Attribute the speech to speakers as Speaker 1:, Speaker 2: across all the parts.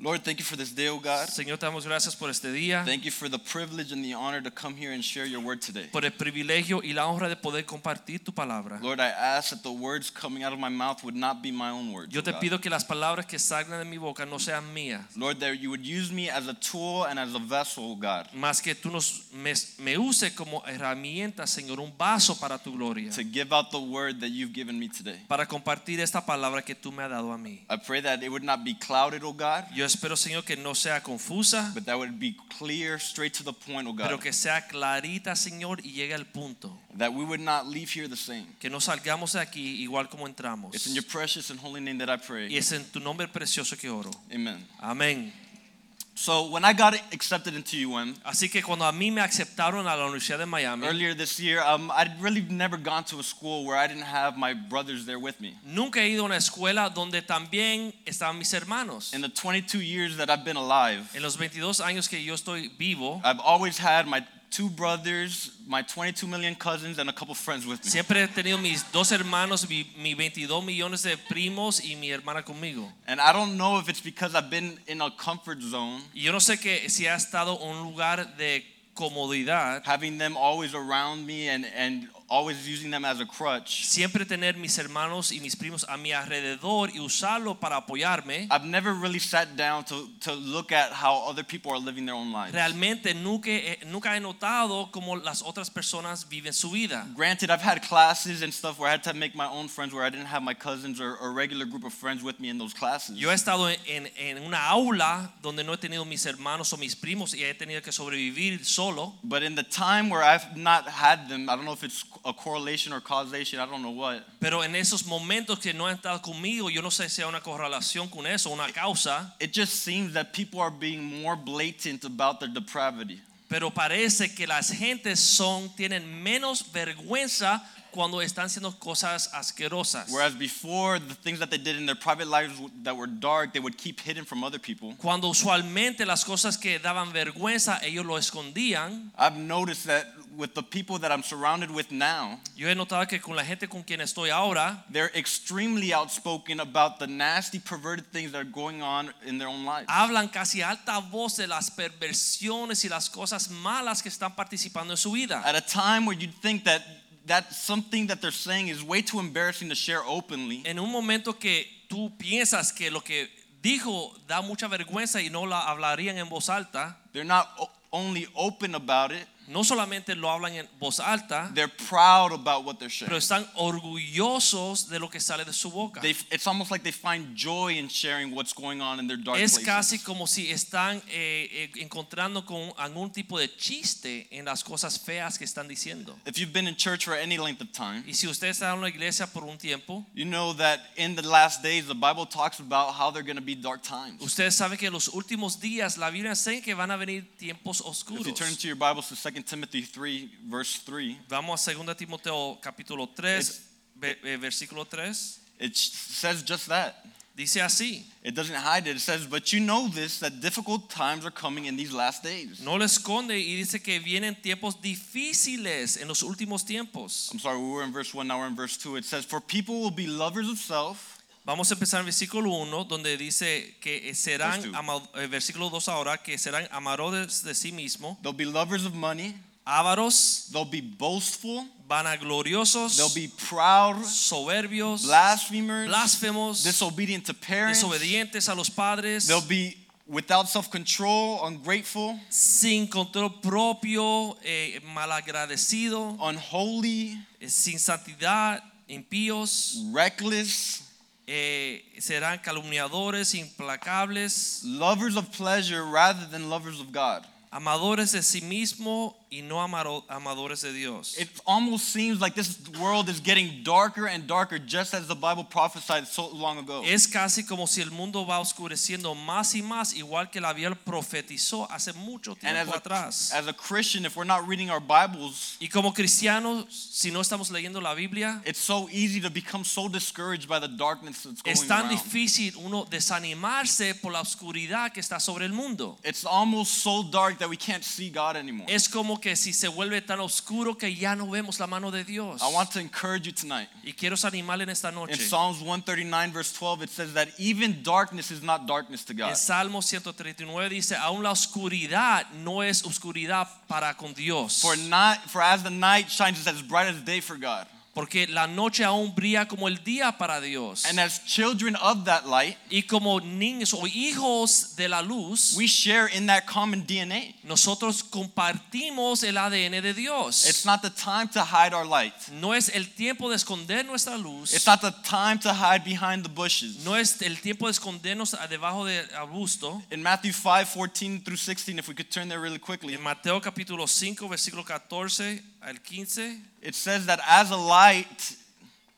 Speaker 1: Lord, thank you for this day, oh God.
Speaker 2: Señor, te damos gracias por este día,
Speaker 1: Thank you for the privilege and the honor to come here and share your word today.
Speaker 2: por el privilegio y la honra de poder compartir tu palabra.
Speaker 1: Lord, I ask that the words coming out of my mouth would not be my own words.
Speaker 2: Yo
Speaker 1: oh
Speaker 2: te
Speaker 1: God.
Speaker 2: pido que las palabras que salgan de mi boca no sean mías,
Speaker 1: Lord, that you would use me as a tool and as a vessel, oh God,
Speaker 2: más que tú nos, me, me use como herramienta, Señor, un vaso para tu gloria,
Speaker 1: to give out the word that you've given me today.
Speaker 2: para compartir esta palabra que tú me has dado a mí.
Speaker 1: I pray that it would not be clouded, oh God,
Speaker 2: Yo espero, Señor, que no sea confusa,
Speaker 1: but that would be clear, straight to the point, oh
Speaker 2: pero
Speaker 1: God.
Speaker 2: que sea clarita, Señor, y llegue al punto.
Speaker 1: That we would not leave here the same.
Speaker 2: Que no salgamos de aquí igual como entramos.
Speaker 1: It's in your precious and holy name that I
Speaker 2: Y
Speaker 1: pray.
Speaker 2: es en tu nombre precioso que oro.
Speaker 1: Amen.
Speaker 2: Amén.
Speaker 1: So, when I got accepted into UM,
Speaker 2: Así que cuando a mí me aceptaron a la Universidad de Miami,
Speaker 1: Earlier this year, um, I'd really never gone to a school where I didn't have my brothers there with me.
Speaker 2: nunca he ido a una escuela donde también estaban mis hermanos.
Speaker 1: In the 22 years that I've been alive,
Speaker 2: En los 22 años que yo estoy vivo,
Speaker 1: I've always had my two brothers, my 22 million cousins, and a couple friends with me.
Speaker 2: siempre he tenido mis dos hermanos, mi, mi 22 millones de primos y mi hermana conmigo.
Speaker 1: And I don't know if it's because I've been in a comfort zone,
Speaker 2: Y yo no sé que si ha estado en un lugar de comodidad,
Speaker 1: having them always around me and, and always using them as a crutch.
Speaker 2: siempre tener mis hermanos y mis primos a mi alrededor y usarlo para apoyarme.
Speaker 1: I've never really sat down to, to look at how other people are living their own lives.
Speaker 2: Realmente nunca, he- nunca he notado cómo las otras personas viven su vida.
Speaker 1: Granted, I've had classes and stuff where I had to make my own friends, where I didn't have my cousins or a regular group of friends with me in those classes.
Speaker 2: Yo he estado en, en- en una aula donde no he tenido mis hermanos o mis primos y he tenido que sobrevivir solo.
Speaker 1: But in the time where I've not had them, I don't know if it's a correlation or causation, I don't know what.
Speaker 2: Pero en esos momentos que no han estado conmigo, yo no sé si hay una correlación con eso, una causa,
Speaker 1: It just seems that people are being more blatant about their depravity.
Speaker 2: pero parece que las gentes son, tienen menos vergüenza cuando están haciendo cosas asquerosas.
Speaker 1: Whereas before, the things that they did in their private lives w- that were dark, they would keep hidden from other people.
Speaker 2: Cuando usualmente las cosas que daban vergüenza ellos lo escondían,
Speaker 1: I've noticed that with the people that I'm surrounded with now,
Speaker 2: yo he notado que con la gente con quien estoy ahora,
Speaker 1: they're extremely outspoken about the nasty, perverted things that are going on in their own lives.
Speaker 2: hablan casi a alta voz de las perversiones y las cosas malas que están participando en su vida.
Speaker 1: At a time where you'd think that that something that they're saying is way too embarrassing to share openly.
Speaker 2: En un momento que tú piensas que lo que dijo da mucha vergüenza y no la hablarían en voz alta,
Speaker 1: They're not o- only open about it,
Speaker 2: no solamente lo hablan en voz alta,
Speaker 1: they're proud about what they're sharing.
Speaker 2: pero están orgullosos de lo que sale de su boca.
Speaker 1: They, it's almost like they find joy in sharing what's going on in their dark
Speaker 2: Es
Speaker 1: places.
Speaker 2: casi como si están eh, eh, encontrando con algún tipo de chiste en las cosas feas que están diciendo.
Speaker 1: if you've been in church for any length of time,
Speaker 2: Y si usted está en una iglesia por un tiempo,
Speaker 1: you know that in the last days, the Bible talks about how they're going to be dark times.
Speaker 2: Ustedes saben que en los últimos días la Biblia enseña que van a venir tiempos
Speaker 1: If you turn
Speaker 2: oscuros.
Speaker 1: to your Bibles to 2 Timothy 3, verse 3,
Speaker 2: Vamos a 2 Timoteo capítulo 3, ve- eh, versículo 3.
Speaker 1: it sh- says just that.
Speaker 2: Dice así,
Speaker 1: It doesn't hide it. It says, But you know this, that difficult times are coming in these last days.
Speaker 2: no lo esconde y dice que vienen tiempos difíciles en los últimos tiempos.
Speaker 1: I'm sorry, we were in verse 1, now we're in verse 2. It says, For people will be lovers of self.
Speaker 2: Vamos a empezar en versículo 1 donde dice que serán,
Speaker 1: Verse two.
Speaker 2: ama- eh, versículo 2 ahora, que serán amadores de sí mismo,
Speaker 1: They'll be lovers of money.
Speaker 2: ávaros,
Speaker 1: They'll be boastful. They'll
Speaker 2: vanagloriosos,
Speaker 1: be proud,
Speaker 2: soberbios,
Speaker 1: blasphemers,
Speaker 2: blasfemos,
Speaker 1: disobedient to parents.
Speaker 2: desobedientes a los padres.
Speaker 1: They'll be without self control, ungrateful,
Speaker 2: sin control propio, eh, malagradecido,
Speaker 1: unholy,
Speaker 2: eh, sin santidad, impíos,
Speaker 1: reckless,
Speaker 2: eh, serán calumniadores, implacables,
Speaker 1: lovers of pleasure rather than lovers of God,
Speaker 2: amadores de sí mismo y no amaro- amadores de Dios.
Speaker 1: It almost seems like this world is getting darker and darker, just as the Bible prophesied so long ago.
Speaker 2: Es casi como si el mundo va oscureciendo más y más, igual que la Biblia profetizó hace mucho
Speaker 1: And as
Speaker 2: tiempo
Speaker 1: a,
Speaker 2: atrás.
Speaker 1: as a Christian, if we're not reading our Bibles,
Speaker 2: y como cristianos, si no estamos leyendo la Biblia,
Speaker 1: it's so easy to become so discouraged by the darkness that's going
Speaker 2: es tan
Speaker 1: around.
Speaker 2: difícil uno desanimarse por la oscuridad que está sobre el mundo.
Speaker 1: It's almost so dark that we can't see God anymore.
Speaker 2: Es como que si se vuelve tan oscuro que ya no vemos la mano de Dios.
Speaker 1: I want to encourage you tonight.
Speaker 2: y quiero animar en esta
Speaker 1: In
Speaker 2: noche.
Speaker 1: Psalms 139, verse 12, it says that even darkness is not darkness to God.
Speaker 2: En Salmo 139 dice, aún la oscuridad no es oscuridad para con Dios.
Speaker 1: For not for as the night shines is as bright as day for God.
Speaker 2: Porque la noche aún brilla como el día para Dios.
Speaker 1: And as children of that light,
Speaker 2: Y como niños o hijos de la luz,
Speaker 1: we share in that common DNA.
Speaker 2: nosotros compartimos el ADN de
Speaker 1: It's
Speaker 2: Dios.
Speaker 1: not the time to hide our light.
Speaker 2: No es el tiempo de esconder nuestra luz.
Speaker 1: It's not the time to hide behind the bushes.
Speaker 2: No es el tiempo de escondernos debajo de arbusto.
Speaker 1: In Matthew 5, 14 through 16, if we could turn there really quickly,
Speaker 2: En Mateo capítulo 5, versículo 14 al 15,
Speaker 1: it says that as a light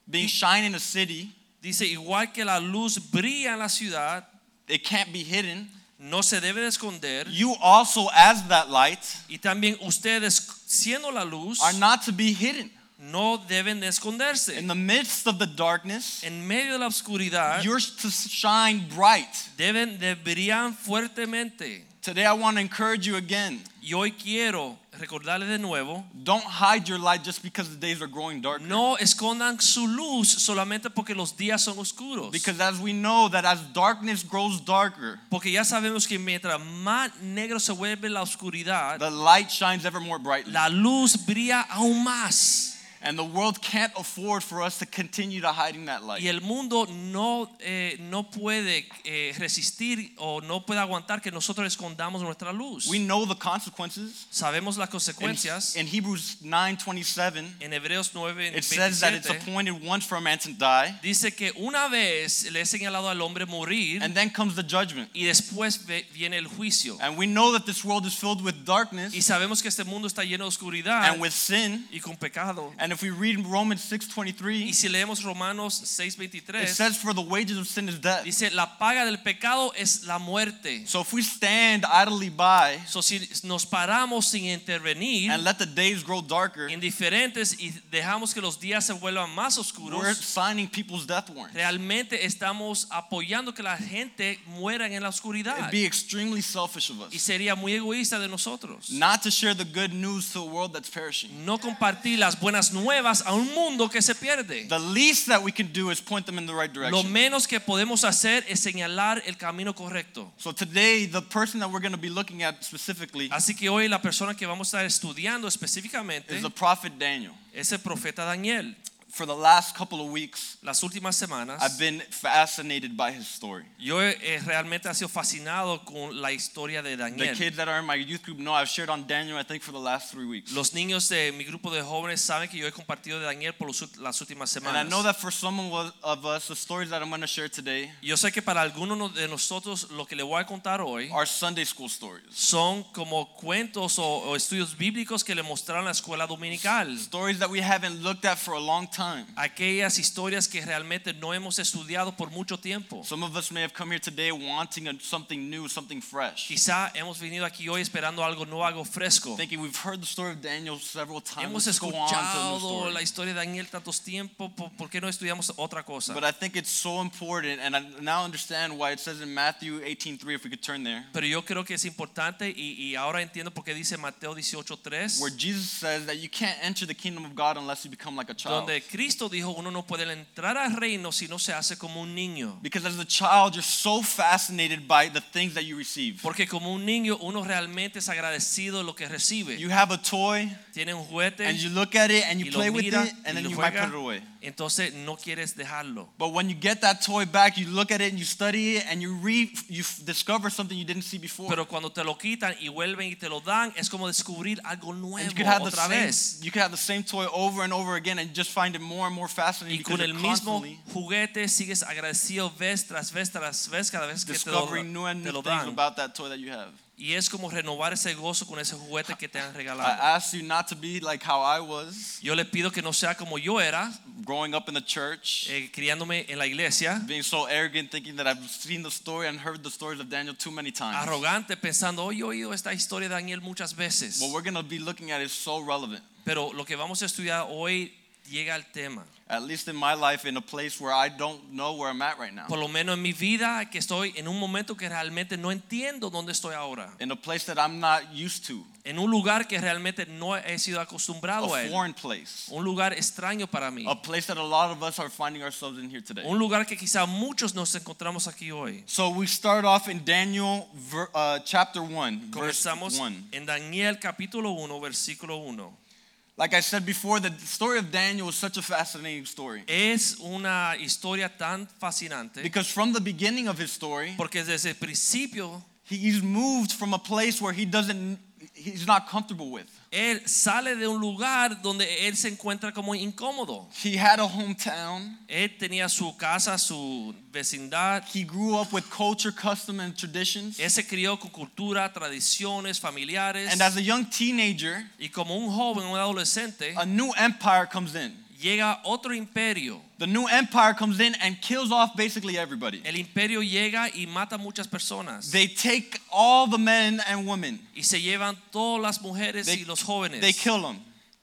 Speaker 1: being shined in a city,
Speaker 2: dice, igual que la luz brilla en la ciudad,
Speaker 1: it can't be hidden.
Speaker 2: no se debe de esconder.
Speaker 1: You also, as that light,
Speaker 2: Y también ustedes, siendo la luz,
Speaker 1: are not to be hidden.
Speaker 2: no deben de
Speaker 1: In
Speaker 2: esconderse.
Speaker 1: the midst of the darkness,
Speaker 2: En medio de la oscuridad,
Speaker 1: you're to shine bright.
Speaker 2: deben de brillar fuertemente.
Speaker 1: Today, I want to encourage you again.
Speaker 2: Y hoy quiero recordarles de nuevo,
Speaker 1: Don't hide your light just because the days are growing darker.
Speaker 2: no escondan su luz solamente porque los días son oscuros.
Speaker 1: Because as we know that as darkness grows darker,
Speaker 2: Porque ya sabemos que mientras más negro se vuelve la oscuridad,
Speaker 1: the light shines ever more brightly.
Speaker 2: la luz brilla aún más.
Speaker 1: And the world can't afford for us to continue to hiding that
Speaker 2: Y
Speaker 1: light.
Speaker 2: el mundo no, eh, no puede eh, resistir o no puede aguantar que nosotros escondamos nuestra luz.
Speaker 1: We know the consequences.
Speaker 2: Sabemos las
Speaker 1: In,
Speaker 2: consecuencias.
Speaker 1: in Hebrews 9:27,
Speaker 2: En Hebreos 9,
Speaker 1: it says that it's
Speaker 2: 27,
Speaker 1: appointed once for a man to die,
Speaker 2: dice que una vez le he señalado al hombre morir
Speaker 1: and then comes the judgment.
Speaker 2: y después ve- viene el juicio.
Speaker 1: And we know that this world is filled with
Speaker 2: Y
Speaker 1: darkness
Speaker 2: sabemos que este mundo está lleno de oscuridad
Speaker 1: and with sin.
Speaker 2: y con pecado.
Speaker 1: And if we read Romans
Speaker 2: Y
Speaker 1: 6:23,
Speaker 2: si leemos Romanos
Speaker 1: it
Speaker 2: 6:23,
Speaker 1: says for the wages of sin is death.
Speaker 2: dice la paga del pecado es la muerte.
Speaker 1: So if we stand idly by
Speaker 2: So, si nos paramos sin intervenir,
Speaker 1: and let the days grow darker,
Speaker 2: indiferentes y dejamos que los días se vuelvan más
Speaker 1: we're
Speaker 2: oscuros,
Speaker 1: signing people's death warrants.
Speaker 2: realmente estamos apoyando que la gente muera en
Speaker 1: It'd
Speaker 2: la oscuridad.
Speaker 1: be extremely selfish of
Speaker 2: Y
Speaker 1: us
Speaker 2: sería muy egoísta de nosotros
Speaker 1: not to share the good news to a world that's perishing.
Speaker 2: no compartir las buenas nuevas a un mundo que se pierde.
Speaker 1: The least that we can do is point them in the right
Speaker 2: Lo
Speaker 1: direction.
Speaker 2: menos que podemos hacer es señalar el camino correcto.
Speaker 1: So today, the person that we're going to be looking at specifically
Speaker 2: Así que hoy la persona que vamos a estar estudiando
Speaker 1: is
Speaker 2: específicamente
Speaker 1: the prophet Daniel.
Speaker 2: es el profeta Daniel.
Speaker 1: For the last couple of weeks,
Speaker 2: Las últimas
Speaker 1: I've
Speaker 2: semanas
Speaker 1: been fascinated by his story.
Speaker 2: yo he- he realmente he sido fascinado con la historia de
Speaker 1: The
Speaker 2: Daniel.
Speaker 1: kids that are in my youth group know I've shared on Daniel, I think, for the last three weeks.
Speaker 2: Los niños de mi grupo de jóvenes saben que yo he compartido de Daniel por los ult- las últimas
Speaker 1: And I
Speaker 2: semanas.
Speaker 1: know that for some of of us, the stories that I'm going to share today
Speaker 2: Yo sé que para algunos de nosotros lo que le voy a contar hoy
Speaker 1: are Sunday school stories.
Speaker 2: son como cuentos o, o estudios bíblicos que le mostraron a la escuela dominical.
Speaker 1: Stories that we haven't looked at for a long time.
Speaker 2: Aquellas historias que realmente no hemos estudiado por mucho tiempo.
Speaker 1: Some of us may have come here today wanting a- something new, something fresh.
Speaker 2: Quizá hemos venido aquí hoy esperando algo nuevo, algo fresco.
Speaker 1: Thinking we've heard the story of Daniel several times.
Speaker 2: Hemos
Speaker 1: Let's go on to a new
Speaker 2: escuchado
Speaker 1: story.
Speaker 2: la historia de Daniel tantos tiempos, ¿por, por qué no estudiamos otra cosa?
Speaker 1: But I think it's so important, and I now understand why it says in Matthew 18:3, if we could turn there,
Speaker 2: Pero yo creo que es importante y, y ahora entiendo por qué dice Mateo
Speaker 1: where
Speaker 2: 18:3,
Speaker 1: Jesus says that you can't enter the kingdom of God unless you become like a child.
Speaker 2: donde Cristo dijo, uno no puede entrar al reino si no se hace como un niño.
Speaker 1: Because as a child, you're so fascinated by the things that you receive.
Speaker 2: Porque como un niño uno realmente es agradecido de lo que recibe.
Speaker 1: You have a toy,
Speaker 2: Tiene un
Speaker 1: and
Speaker 2: juguete
Speaker 1: you look at it, and
Speaker 2: y
Speaker 1: you
Speaker 2: lo
Speaker 1: play with
Speaker 2: mira
Speaker 1: it, and
Speaker 2: y
Speaker 1: then
Speaker 2: lo
Speaker 1: you might
Speaker 2: juega,
Speaker 1: put it away.
Speaker 2: entonces no quieres dejarlo.
Speaker 1: But when you get that toy back, you look at it and you study it and you re you f- discover something you didn't see before.
Speaker 2: Pero cuando te lo quitan y vuelven y te lo dan, es como descubrir algo
Speaker 1: and
Speaker 2: nuevo
Speaker 1: you could have the
Speaker 2: otra
Speaker 1: same
Speaker 2: vez.
Speaker 1: you could have the same toy over and over again and just find it it more and more fascinating
Speaker 2: Y
Speaker 1: because
Speaker 2: con el
Speaker 1: you're
Speaker 2: mismo
Speaker 1: constantly
Speaker 2: juguete sigues agradecido vez tras vez tras vez cada vez que te lo,
Speaker 1: discovering new and
Speaker 2: te
Speaker 1: new
Speaker 2: lo
Speaker 1: things
Speaker 2: dan.
Speaker 1: about that toy that you have.
Speaker 2: Y es como renovar ese gozo con ese juguete que te han
Speaker 1: I
Speaker 2: regalado.
Speaker 1: ask you not to be like how I was
Speaker 2: Yo le pido que no sea como yo era,
Speaker 1: growing up in the church,
Speaker 2: eh, criándome en la iglesia,
Speaker 1: being so arrogant, thinking that I've seen the story and heard the stories of Daniel too many times.
Speaker 2: arrogante, pensando, hoy he oído esta historia de Daniel muchas veces.
Speaker 1: What we're going to be looking at is so relevant,
Speaker 2: Pero lo que vamos a estudiar hoy llega al tema.
Speaker 1: at least in my life, in a place where I don't know where I'm at right now,
Speaker 2: Por lo menos en mi vida, que estoy en un momento que realmente no entiendo dónde estoy ahora.
Speaker 1: in a place that I'm not used to,
Speaker 2: En un lugar que realmente no he sido acostumbrado a
Speaker 1: a
Speaker 2: él.
Speaker 1: foreign place,
Speaker 2: Un lugar extraño para mí.
Speaker 1: a place that a lot of us are finding ourselves in here today.
Speaker 2: Un lugar que quizá muchos nos encontramos aquí hoy.
Speaker 1: So we start off in Daniel ver- uh, chapter 1, verse
Speaker 2: Comenzamos
Speaker 1: 1.
Speaker 2: en Daniel capítulo 1, versículo 1.
Speaker 1: Like I said before, the story of Daniel is such a fascinating story.
Speaker 2: Es una historia tan fascinante
Speaker 1: Because from the beginning of his story,
Speaker 2: porque desde el principio
Speaker 1: he- he's moved from a place where he doesn't, he's not comfortable with.
Speaker 2: él sale de un lugar donde él se encuentra como incómodo.
Speaker 1: He had a hometown.
Speaker 2: Él tenía su casa, su vecindad.
Speaker 1: He grew up with culture, custom, and traditions.
Speaker 2: Él se crió con cultura, tradiciones, familiares.
Speaker 1: And as a young teenager,
Speaker 2: Y como un joven, un adolescente,
Speaker 1: a new empire comes in.
Speaker 2: llega otro imperio.
Speaker 1: The new empire comes in and kills off basically everybody.
Speaker 2: El imperio llega y mata muchas personas.
Speaker 1: They take all the men and women.
Speaker 2: y se llevan todas las mujeres
Speaker 1: They-
Speaker 2: y los jóvenes.
Speaker 1: They kill them.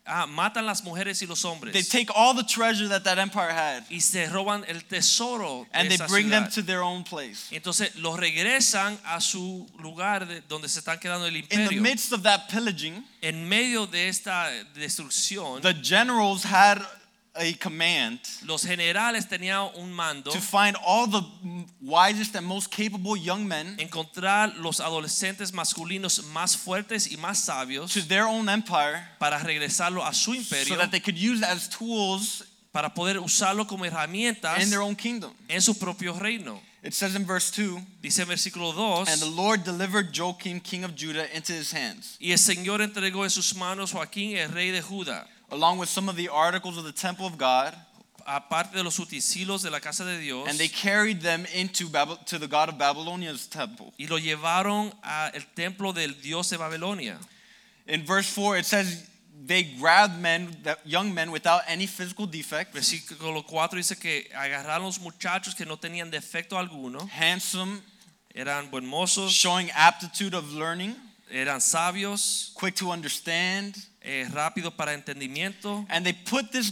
Speaker 2: Ah, matan las mujeres y los hombres.
Speaker 1: They take all the treasure that that empire had
Speaker 2: y se roban el tesoro de
Speaker 1: and they
Speaker 2: esa
Speaker 1: bring them
Speaker 2: ciudad.
Speaker 1: to their own place.
Speaker 2: Entonces los regresan a su lugar de- donde se están quedando el
Speaker 1: In the
Speaker 2: imperio.
Speaker 1: midst of that pillaging,
Speaker 2: en medio de esta destrucción,
Speaker 1: the generals had a command
Speaker 2: los generales tenían un mando.
Speaker 1: to find all the wisest and most capable young men
Speaker 2: encontrar los adolescentes masculinos más fuertes y más sabios
Speaker 1: to their own empire
Speaker 2: para regresarlo a
Speaker 1: so
Speaker 2: su imperio
Speaker 1: that they could use as tools
Speaker 2: para poder usarlo como herramientas
Speaker 1: in their own kingdom.
Speaker 2: en su propio reino.
Speaker 1: It says in verse 2
Speaker 2: Dice en versículo
Speaker 1: And the
Speaker 2: 2,
Speaker 1: Lord delivered Joachim, king of Judah, into his hands,
Speaker 2: y el Señor entregó en sus manos Joaquín, el rey de Judá,
Speaker 1: along with some of the articles of the temple of God,
Speaker 2: aparte de los utensilios de la casa de Dios,
Speaker 1: and they carried them into Bab- to the god of Babylonia's temple.
Speaker 2: y lo llevaron al templo del Dios de Babilonia.
Speaker 1: In verse 4, it says they grabbed men, that, young men, without any physical defect,
Speaker 2: Versículo 4 dice que agarraron los muchachos que no tenían defecto alguno,
Speaker 1: handsome,
Speaker 2: eran buen mozos,
Speaker 1: showing aptitude of learning,
Speaker 2: eran sabios,
Speaker 1: quick to understand.
Speaker 2: eh, rápido para entendimiento
Speaker 1: And they put this,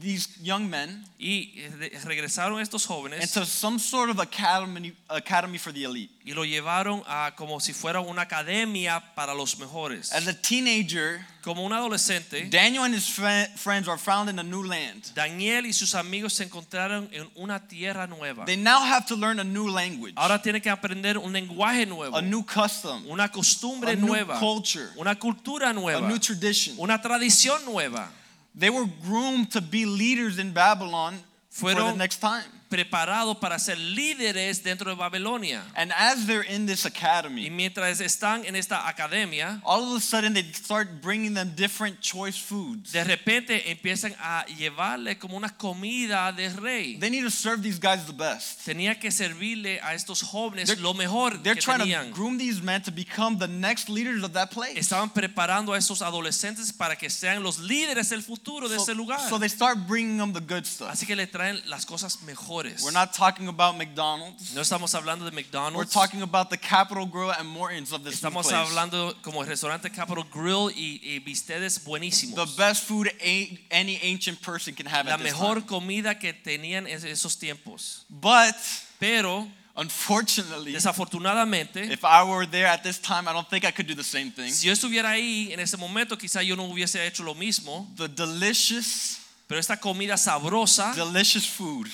Speaker 1: these young men
Speaker 2: y eh, de- regresaron estos jóvenes
Speaker 1: into some sort of academy, academy for the elite.
Speaker 2: y lo llevaron a como si fuera una academia para los mejores.
Speaker 1: As a teenager,
Speaker 2: Como un adolescente,
Speaker 1: Daniel and his fri- friends are found in a new land.
Speaker 2: Daniel y sus amigos se encontraron en una tierra nueva.
Speaker 1: They now have to learn a new language,
Speaker 2: Ahora tienen que aprender un lenguaje nuevo,
Speaker 1: a new custom,
Speaker 2: una costumbre
Speaker 1: a new
Speaker 2: nueva,
Speaker 1: culture,
Speaker 2: una cultura
Speaker 1: a
Speaker 2: nueva,
Speaker 1: new tradition.
Speaker 2: una tradición nueva.
Speaker 1: They were groomed to be leaders in Babylon for the
Speaker 2: Fueron-
Speaker 1: next time.
Speaker 2: Preparados para ser líderes dentro de Babilonia.
Speaker 1: And as they're in this
Speaker 2: Y
Speaker 1: academy,
Speaker 2: mientras están en esta academia,
Speaker 1: all of a sudden they start bringing them different choice foods.
Speaker 2: De repente empiezan a llevarle como una comida de rey.
Speaker 1: They need to serve these guys the best.
Speaker 2: Tenía que servirle a estos jóvenes
Speaker 1: They're-
Speaker 2: lo mejor que
Speaker 1: They're trying to
Speaker 2: tenían.
Speaker 1: groom these men to become the next leaders of that place.
Speaker 2: Estaban preparando a estos adolescentes para que sean los líderes del futuro de ese lugar.
Speaker 1: so they start bringing them the good stuff.
Speaker 2: Así que le traen las cosas mejores.
Speaker 1: We're not talking about McDonald's.
Speaker 2: no estamos hablando de
Speaker 1: We're
Speaker 2: McDonald's.
Speaker 1: talking about the Capitol Grill and Morton's of this new
Speaker 2: Estamos
Speaker 1: place.
Speaker 2: hablando como el restaurante Capitol Grill y, y bisteces
Speaker 1: The
Speaker 2: buenísimos.
Speaker 1: best food a- any ancient person can have
Speaker 2: La
Speaker 1: at this
Speaker 2: mejor
Speaker 1: time.
Speaker 2: comida que tenían en esos tiempos.
Speaker 1: But
Speaker 2: Pero
Speaker 1: unfortunately,
Speaker 2: desafortunadamente,
Speaker 1: if I were there at this time, I don't think I could do the same thing.
Speaker 2: Si yo estuviera ahí en ese momento, quizá yo no hubiese hecho lo mismo.
Speaker 1: The delicious,
Speaker 2: Pero esta comida sabrosa,
Speaker 1: delicious food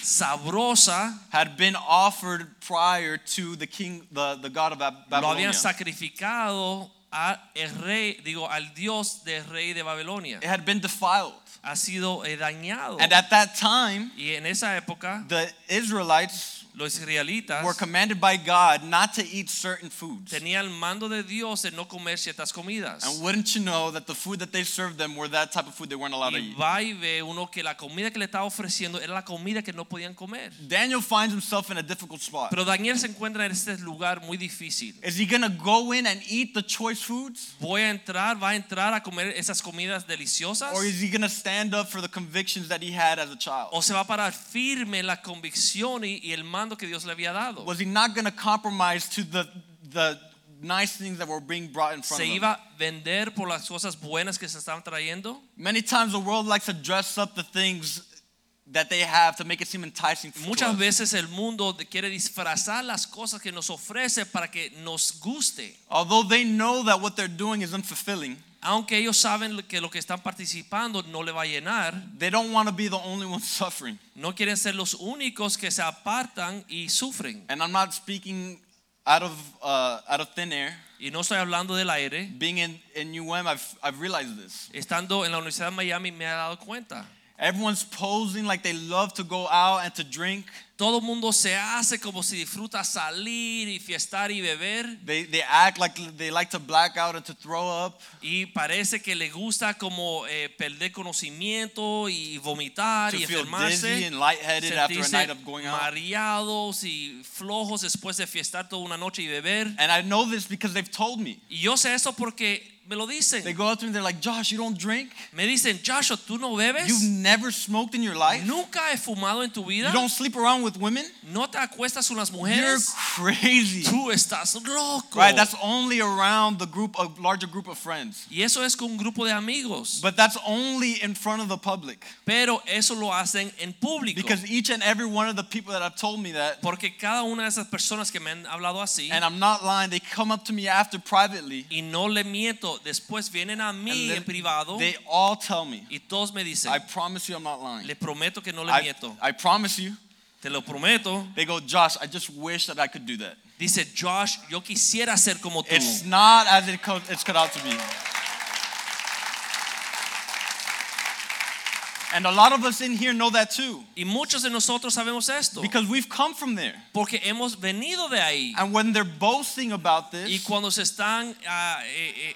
Speaker 2: sabrosa,
Speaker 1: had been offered prior to the king, the, the god of Bab-
Speaker 2: lo
Speaker 1: Babylonia.
Speaker 2: habían sacrificado a el rey, digo, al dios del rey de Babilonia.
Speaker 1: It had been defiled.
Speaker 2: Ha sido eh, dañado.
Speaker 1: And at that time,
Speaker 2: Y en esa época,
Speaker 1: the Israelites
Speaker 2: los israelitas
Speaker 1: were commanded by God not to eat certain foods.
Speaker 2: tenían el mando de Dios de no comer ciertas comidas.
Speaker 1: And wouldn't you know that the food that they served them were that type of food they weren't allowed to
Speaker 2: Y
Speaker 1: eat?
Speaker 2: va y ve uno que la comida que le estaba ofreciendo era la comida que no podían comer.
Speaker 1: Daniel finds himself in a difficult spot.
Speaker 2: Pero Daniel se encuentra en este lugar muy difícil.
Speaker 1: Is he gonna go in and eat the choice foods?
Speaker 2: Voy a entrar, va a entrar a comer esas comidas deliciosas
Speaker 1: Or is he gonna stand up for the convictions that he had as a
Speaker 2: o
Speaker 1: child?
Speaker 2: se va a parar firme en la convicción y, y el mando que Dios le había dado.
Speaker 1: Was he not gonna compromise to the the nice things that were being brought in front
Speaker 2: Se
Speaker 1: of him?
Speaker 2: iba a vender por las cosas buenas que se estaban trayendo.
Speaker 1: Many times the world likes to dress up the things that they have to make it seem enticing. to
Speaker 2: Muchas
Speaker 1: us.
Speaker 2: veces el mundo de- quiere disfrazar las cosas que nos ofrece para que nos guste,
Speaker 1: Although they know that what they're doing is unfulfilling,
Speaker 2: aunque ellos saben lo que lo que están participando no le va a llenar.
Speaker 1: they don't want to be the only ones suffering.
Speaker 2: No quieren ser los únicos que se apartan y sufren.
Speaker 1: And I'm not speaking out of uh, out of thin air.
Speaker 2: Y no estoy hablando del aire.
Speaker 1: Being in, in UM, I've, I've realized this.
Speaker 2: Estando en la Universidad de Miami me he dado cuenta.
Speaker 1: Everyone's posing like they love to go out and to drink.
Speaker 2: Todo el mundo se hace como si disfruta salir y fiestar y beber
Speaker 1: They, they act like they like to black out and to throw up.
Speaker 2: y parece que le gusta como eh, perder conocimiento y vomitar
Speaker 1: To
Speaker 2: y
Speaker 1: feel dizzy
Speaker 2: enfermarse.
Speaker 1: and lightheaded after a
Speaker 2: sentirse
Speaker 1: night of going out.
Speaker 2: mareados y flojos después de fiestar toda una noche y beber.
Speaker 1: And I know this because they've told me.
Speaker 2: Y yo sé eso porque me lo
Speaker 1: They
Speaker 2: dicen.
Speaker 1: go up to me, they're like, Josh, you don't drink?
Speaker 2: Me dicen, Joshua, ¿tú no bebes?
Speaker 1: You've never smoked in your life?
Speaker 2: ¿Nunca he fumado en tu vida?
Speaker 1: You don't sleep around with women?
Speaker 2: ¿No te acuestas con las
Speaker 1: You're
Speaker 2: mujeres?
Speaker 1: crazy.
Speaker 2: Tú estás loco.
Speaker 1: Right, that's only around the group, a larger group of friends.
Speaker 2: y eso es con un grupo de amigos.
Speaker 1: But that's only in front of the public.
Speaker 2: Pero eso lo hacen en público.
Speaker 1: Because each and every one of the people that have told me that,
Speaker 2: porque cada una de esas personas que me han hablado así,
Speaker 1: and I'm not lying, they come up to me after privately,
Speaker 2: y no le miento, después vienen a mí
Speaker 1: and
Speaker 2: en privado
Speaker 1: they all tell me.
Speaker 2: y todos me dicen,
Speaker 1: I promise you I'm not lying.
Speaker 2: les prometo que no le
Speaker 1: I,
Speaker 2: miento.
Speaker 1: I promise you.
Speaker 2: Te lo prometo.
Speaker 1: They go, Josh, I just wish that I could do that.
Speaker 2: Dice Josh, yo quisiera ser como tú.
Speaker 1: It's not as it co- it's cut out to be. And a lot of us in here know that too,
Speaker 2: y muchos de nosotros sabemos esto.
Speaker 1: because we've come from there.
Speaker 2: porque hemos venido de ahí.
Speaker 1: And when they're boasting about
Speaker 2: Y
Speaker 1: this,
Speaker 2: cuando se están ah, eh, eh,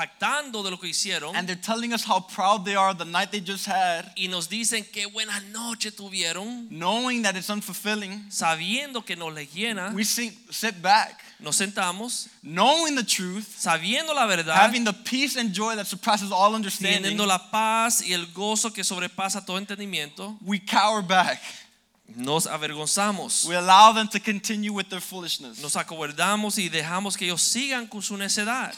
Speaker 2: jactando de lo que hicieron
Speaker 1: and they're telling us how proud they are the night they just had,
Speaker 2: y nos dicen qué buena noche tuvieron,
Speaker 1: knowing that it's unfulfilling,
Speaker 2: sabiendo que nos les llena,
Speaker 1: we sit, sit back,
Speaker 2: nos sentamos,
Speaker 1: knowing the truth,
Speaker 2: sabiendo la verdad,
Speaker 1: having the peace and joy that surpasses all understanding.
Speaker 2: teniendo la paz y el gozo que sobrepasa todo entendimiento,
Speaker 1: We cower back.
Speaker 2: nos avergonzamos,
Speaker 1: We allow them to continue with their foolishness.
Speaker 2: nos acobardamos y dejamos que ellos sigan con su necedad.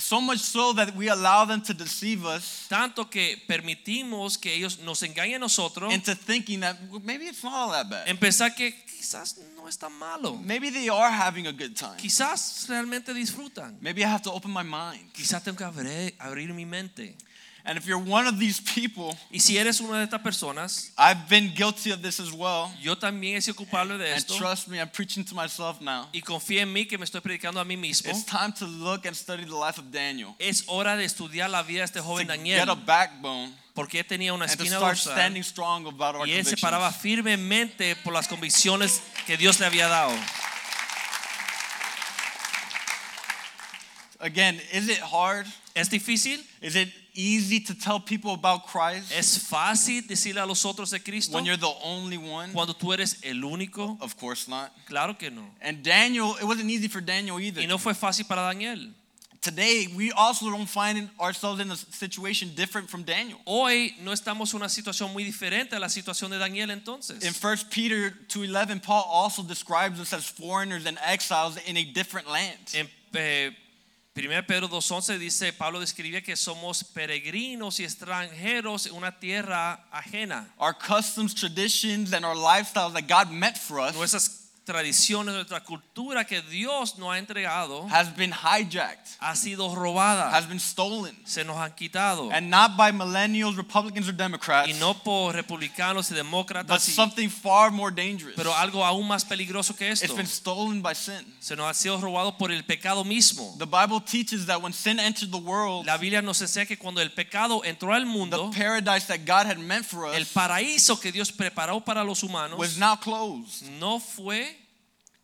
Speaker 1: So much so that we allow them to deceive us
Speaker 2: Tanto que permitimos que ellos nos engañen a nosotros
Speaker 1: into thinking that well, maybe it's not all that bad.
Speaker 2: en pensar que quizás no es tan malo.
Speaker 1: Maybe they are having a good time.
Speaker 2: Quizás realmente disfrutan.
Speaker 1: Maybe I have to open my mind.
Speaker 2: Quizás tengo que abrir, abrir mi mente.
Speaker 1: And if you're one of these people,
Speaker 2: Y si eres una de estas personas,
Speaker 1: I've been guilty of this as well.
Speaker 2: yo también he sido culpable de
Speaker 1: And
Speaker 2: esto.
Speaker 1: trust me, I'm preaching to myself now.
Speaker 2: Y confía en mí que me estoy predicando a mí mismo.
Speaker 1: It's time to look and study the life of Daniel.
Speaker 2: Es hora de estudiar la vida de este
Speaker 1: To
Speaker 2: joven
Speaker 1: get a
Speaker 2: Daniel.
Speaker 1: backbone
Speaker 2: Porque él tenía una
Speaker 1: and to
Speaker 2: espina
Speaker 1: start
Speaker 2: dorsal.
Speaker 1: standing strong about our
Speaker 2: Y él se paraba
Speaker 1: convictions.
Speaker 2: firmemente por las convicciones que Dios le había dado.
Speaker 1: Again, is it hard?
Speaker 2: ¿Es difícil?
Speaker 1: Is it easy to tell people about Christ
Speaker 2: ¿Es fácil decirle a los otros de Cristo
Speaker 1: when you're the only one?
Speaker 2: cuando tú eres el único?
Speaker 1: Of course not.
Speaker 2: Claro que no.
Speaker 1: And Daniel, it wasn't easy for Daniel either.
Speaker 2: Y no fue fácil para Daniel.
Speaker 1: Today, we also don't find ourselves in a situation different from Daniel.
Speaker 2: Hoy no estamos en una situación muy diferente a la situación de Daniel
Speaker 1: In
Speaker 2: entonces.
Speaker 1: 1 Peter 2:11, Paul also describes us as foreigners and exiles in a different land.
Speaker 2: En eh, 1 Pedro 2.11 dice, Pablo describe que somos peregrinos y extranjeros en una tierra ajena.
Speaker 1: Our customs, traditions, and our lifestyles that God meant for us
Speaker 2: Nuestras tradiciones, nuestra cultura que Dios nos ha entregado
Speaker 1: has been hijacked,
Speaker 2: ha sido robada,
Speaker 1: has been stolen,
Speaker 2: se nos han quitado.
Speaker 1: and not by millennials, Republicans, or
Speaker 2: Y
Speaker 1: Democrats,
Speaker 2: no por republicanos y
Speaker 1: but
Speaker 2: demócratas, y-
Speaker 1: something far more dangerous.
Speaker 2: pero algo aún más peligroso que
Speaker 1: It's
Speaker 2: esto.
Speaker 1: been stolen by sin.
Speaker 2: Se nos ha sido robado por el pecado mismo.
Speaker 1: The Bible teaches that when sin entered the world,
Speaker 2: La Biblia nos enseña que cuando el pecado entró al
Speaker 1: the
Speaker 2: mundo,
Speaker 1: paradise that God had meant for
Speaker 2: el
Speaker 1: us
Speaker 2: paraíso que Dios preparó para los humanos
Speaker 1: was now closed.
Speaker 2: no fue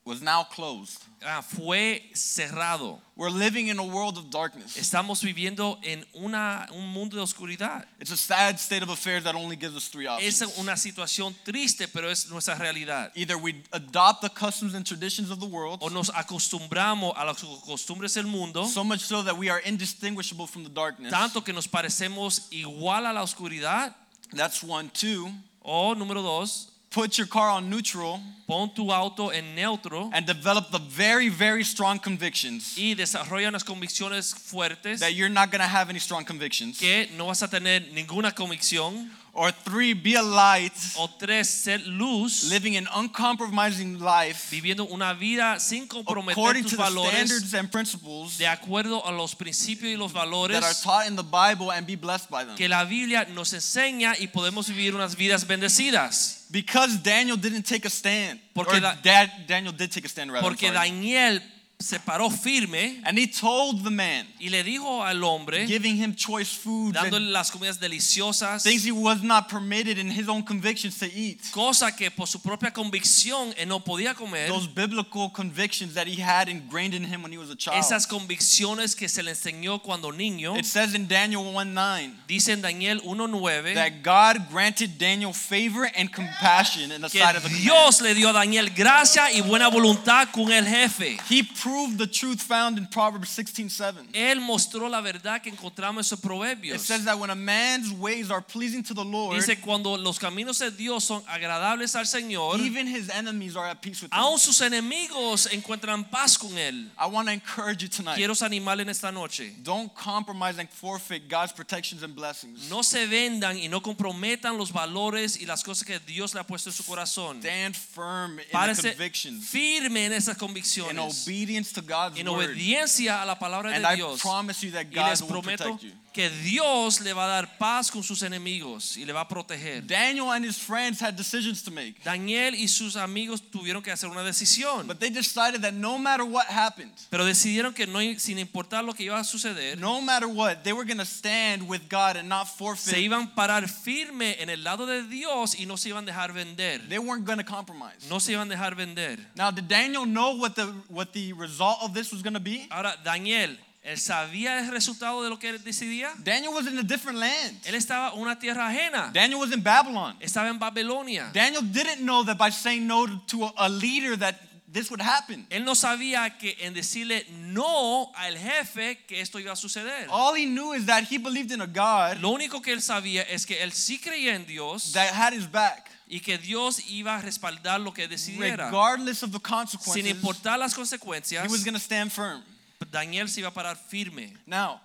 Speaker 1: was now closed.
Speaker 2: ah, fue cerrado.
Speaker 1: We're living in a world of darkness.
Speaker 2: Estamos viviendo en una, un mundo de oscuridad.
Speaker 1: It's a sad state of affairs that only gives us three
Speaker 2: Es
Speaker 1: options.
Speaker 2: una situación triste, pero es nuestra realidad.
Speaker 1: Either we adopt the customs and traditions of the world,
Speaker 2: O nos acostumbramos a las costumbres del mundo,
Speaker 1: so much so that we are indistinguishable from the darkness.
Speaker 2: tanto que nos parecemos igual a la oscuridad.
Speaker 1: That's one. Two,
Speaker 2: O número dos,
Speaker 1: put your car on neutral
Speaker 2: pon tu auto en neutro
Speaker 1: and develop the very, very strong convictions
Speaker 2: y desarrolla unas convicciones fuertes
Speaker 1: that you're not going to have any strong convictions.
Speaker 2: que no vas a tener ninguna convicción.
Speaker 1: Or three, be a light,
Speaker 2: O tres, ser luz,
Speaker 1: living an uncompromising life
Speaker 2: viviendo una vida sin comprometer
Speaker 1: according to
Speaker 2: tus
Speaker 1: the
Speaker 2: valores.
Speaker 1: standards and principles
Speaker 2: de acuerdo a los principios y los
Speaker 1: that are
Speaker 2: valores
Speaker 1: taught in the Bible and be blessed by them.
Speaker 2: que la Biblia nos enseña y podemos vivir unas vidas bendecidas.
Speaker 1: Because Daniel didn't take a stand.
Speaker 2: Porque
Speaker 1: or
Speaker 2: Da-
Speaker 1: Da- Daniel did take a stand, rather. I'm
Speaker 2: Porque
Speaker 1: sorry.
Speaker 2: Daniel se paró firme
Speaker 1: and he told the man,
Speaker 2: y le dijo al hombre,
Speaker 1: giving him choice foods
Speaker 2: ¿Eh? dándole
Speaker 1: and
Speaker 2: las comidas deliciosas,
Speaker 1: things he was not permitted in his own convictions to eat.
Speaker 2: cosa que por su propia convicción él no podía comer,
Speaker 1: Those biblical convictions that he had ingrained in him when he was a child.
Speaker 2: esas convicciones que se le enseñó cuando niño.
Speaker 1: It says in Daniel 1 9
Speaker 2: Dice en Daniel 1.9
Speaker 1: that God granted Daniel favor and compassion in the
Speaker 2: que
Speaker 1: sight of the command.
Speaker 2: Dios le dio a Daniel gracia y buena voluntad con el jefe.
Speaker 1: He proved the truth found in Proverbs sixteen seven.
Speaker 2: Él mostró la verdad que encontramos en esos
Speaker 1: It
Speaker 2: proverbios.
Speaker 1: says that when a man's ways are pleasing to the Lord,
Speaker 2: Dice cuando los caminos de Dios son agradables al Señor,
Speaker 1: even his enemies are at peace with him.
Speaker 2: aun sus enemigos encuentran paz con él.
Speaker 1: I want to encourage you tonight.
Speaker 2: Quiero animar en esta noche.
Speaker 1: Don't compromise and forfeit God's protections and blessings.
Speaker 2: No se vendan y no comprometan los valores y las cosas que Dios le ha puesto en su corazón.
Speaker 1: Stand firm in the
Speaker 2: Párese
Speaker 1: convictions
Speaker 2: firme en esas
Speaker 1: in
Speaker 2: convicciones,
Speaker 1: obedience to God's
Speaker 2: en
Speaker 1: word.
Speaker 2: obediencia a la palabra
Speaker 1: And
Speaker 2: de
Speaker 1: I
Speaker 2: Dios.
Speaker 1: promise you that
Speaker 2: Y
Speaker 1: God
Speaker 2: les
Speaker 1: will
Speaker 2: prometo
Speaker 1: protect you.
Speaker 2: que Dios le va a dar paz con sus enemigos y le va a proteger.
Speaker 1: Daniel and his friends had decisions to make,
Speaker 2: Daniel y sus amigos tuvieron que hacer una decisión.
Speaker 1: but they decided that no matter what happened,
Speaker 2: Pero decidieron que no, sin importar lo que iba a suceder,
Speaker 1: no matter what, they were going to stand with God and not
Speaker 2: se
Speaker 1: forfeit.
Speaker 2: iban a parar firme en el lado de Dios y no se iban a dejar vender.
Speaker 1: They weren't going to compromise.
Speaker 2: No se iban a dejar vender.
Speaker 1: Now, did Daniel know what the what the result of this was going to be?
Speaker 2: Ahora, Daniel, él sabía el resultado de lo que él decidía.
Speaker 1: Daniel was in a different land.
Speaker 2: Él estaba en una tierra ajena.
Speaker 1: Daniel was in Babylon.
Speaker 2: Estaba en Babilonia.
Speaker 1: Daniel didn't know that by saying no to a leader that this would happen.
Speaker 2: Él no sabía que en decirle no al jefe que esto iba a suceder.
Speaker 1: All he knew is that he believed in a God
Speaker 2: Lo único que él sabía es que él sí creía en Dios
Speaker 1: that had his back,
Speaker 2: y que Dios iba a respaldar lo que decidiera.
Speaker 1: regardless of the
Speaker 2: Sin
Speaker 1: consequences. He
Speaker 2: importar las consecuencias,
Speaker 1: was going to stand firm.
Speaker 2: Daniel se iba a parar firme.
Speaker 1: Now,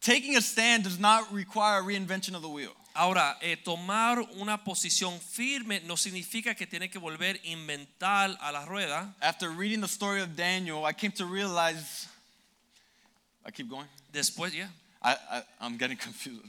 Speaker 1: taking a stand does not require a reinvention of the wheel.
Speaker 2: Ahora, eh, tomar una posición firme no significa que tiene que volver a inventar a la rueda.
Speaker 1: After reading the story of Daniel, I came to realize. I keep going.
Speaker 2: Después, ya.
Speaker 1: I, I, I'm getting confused.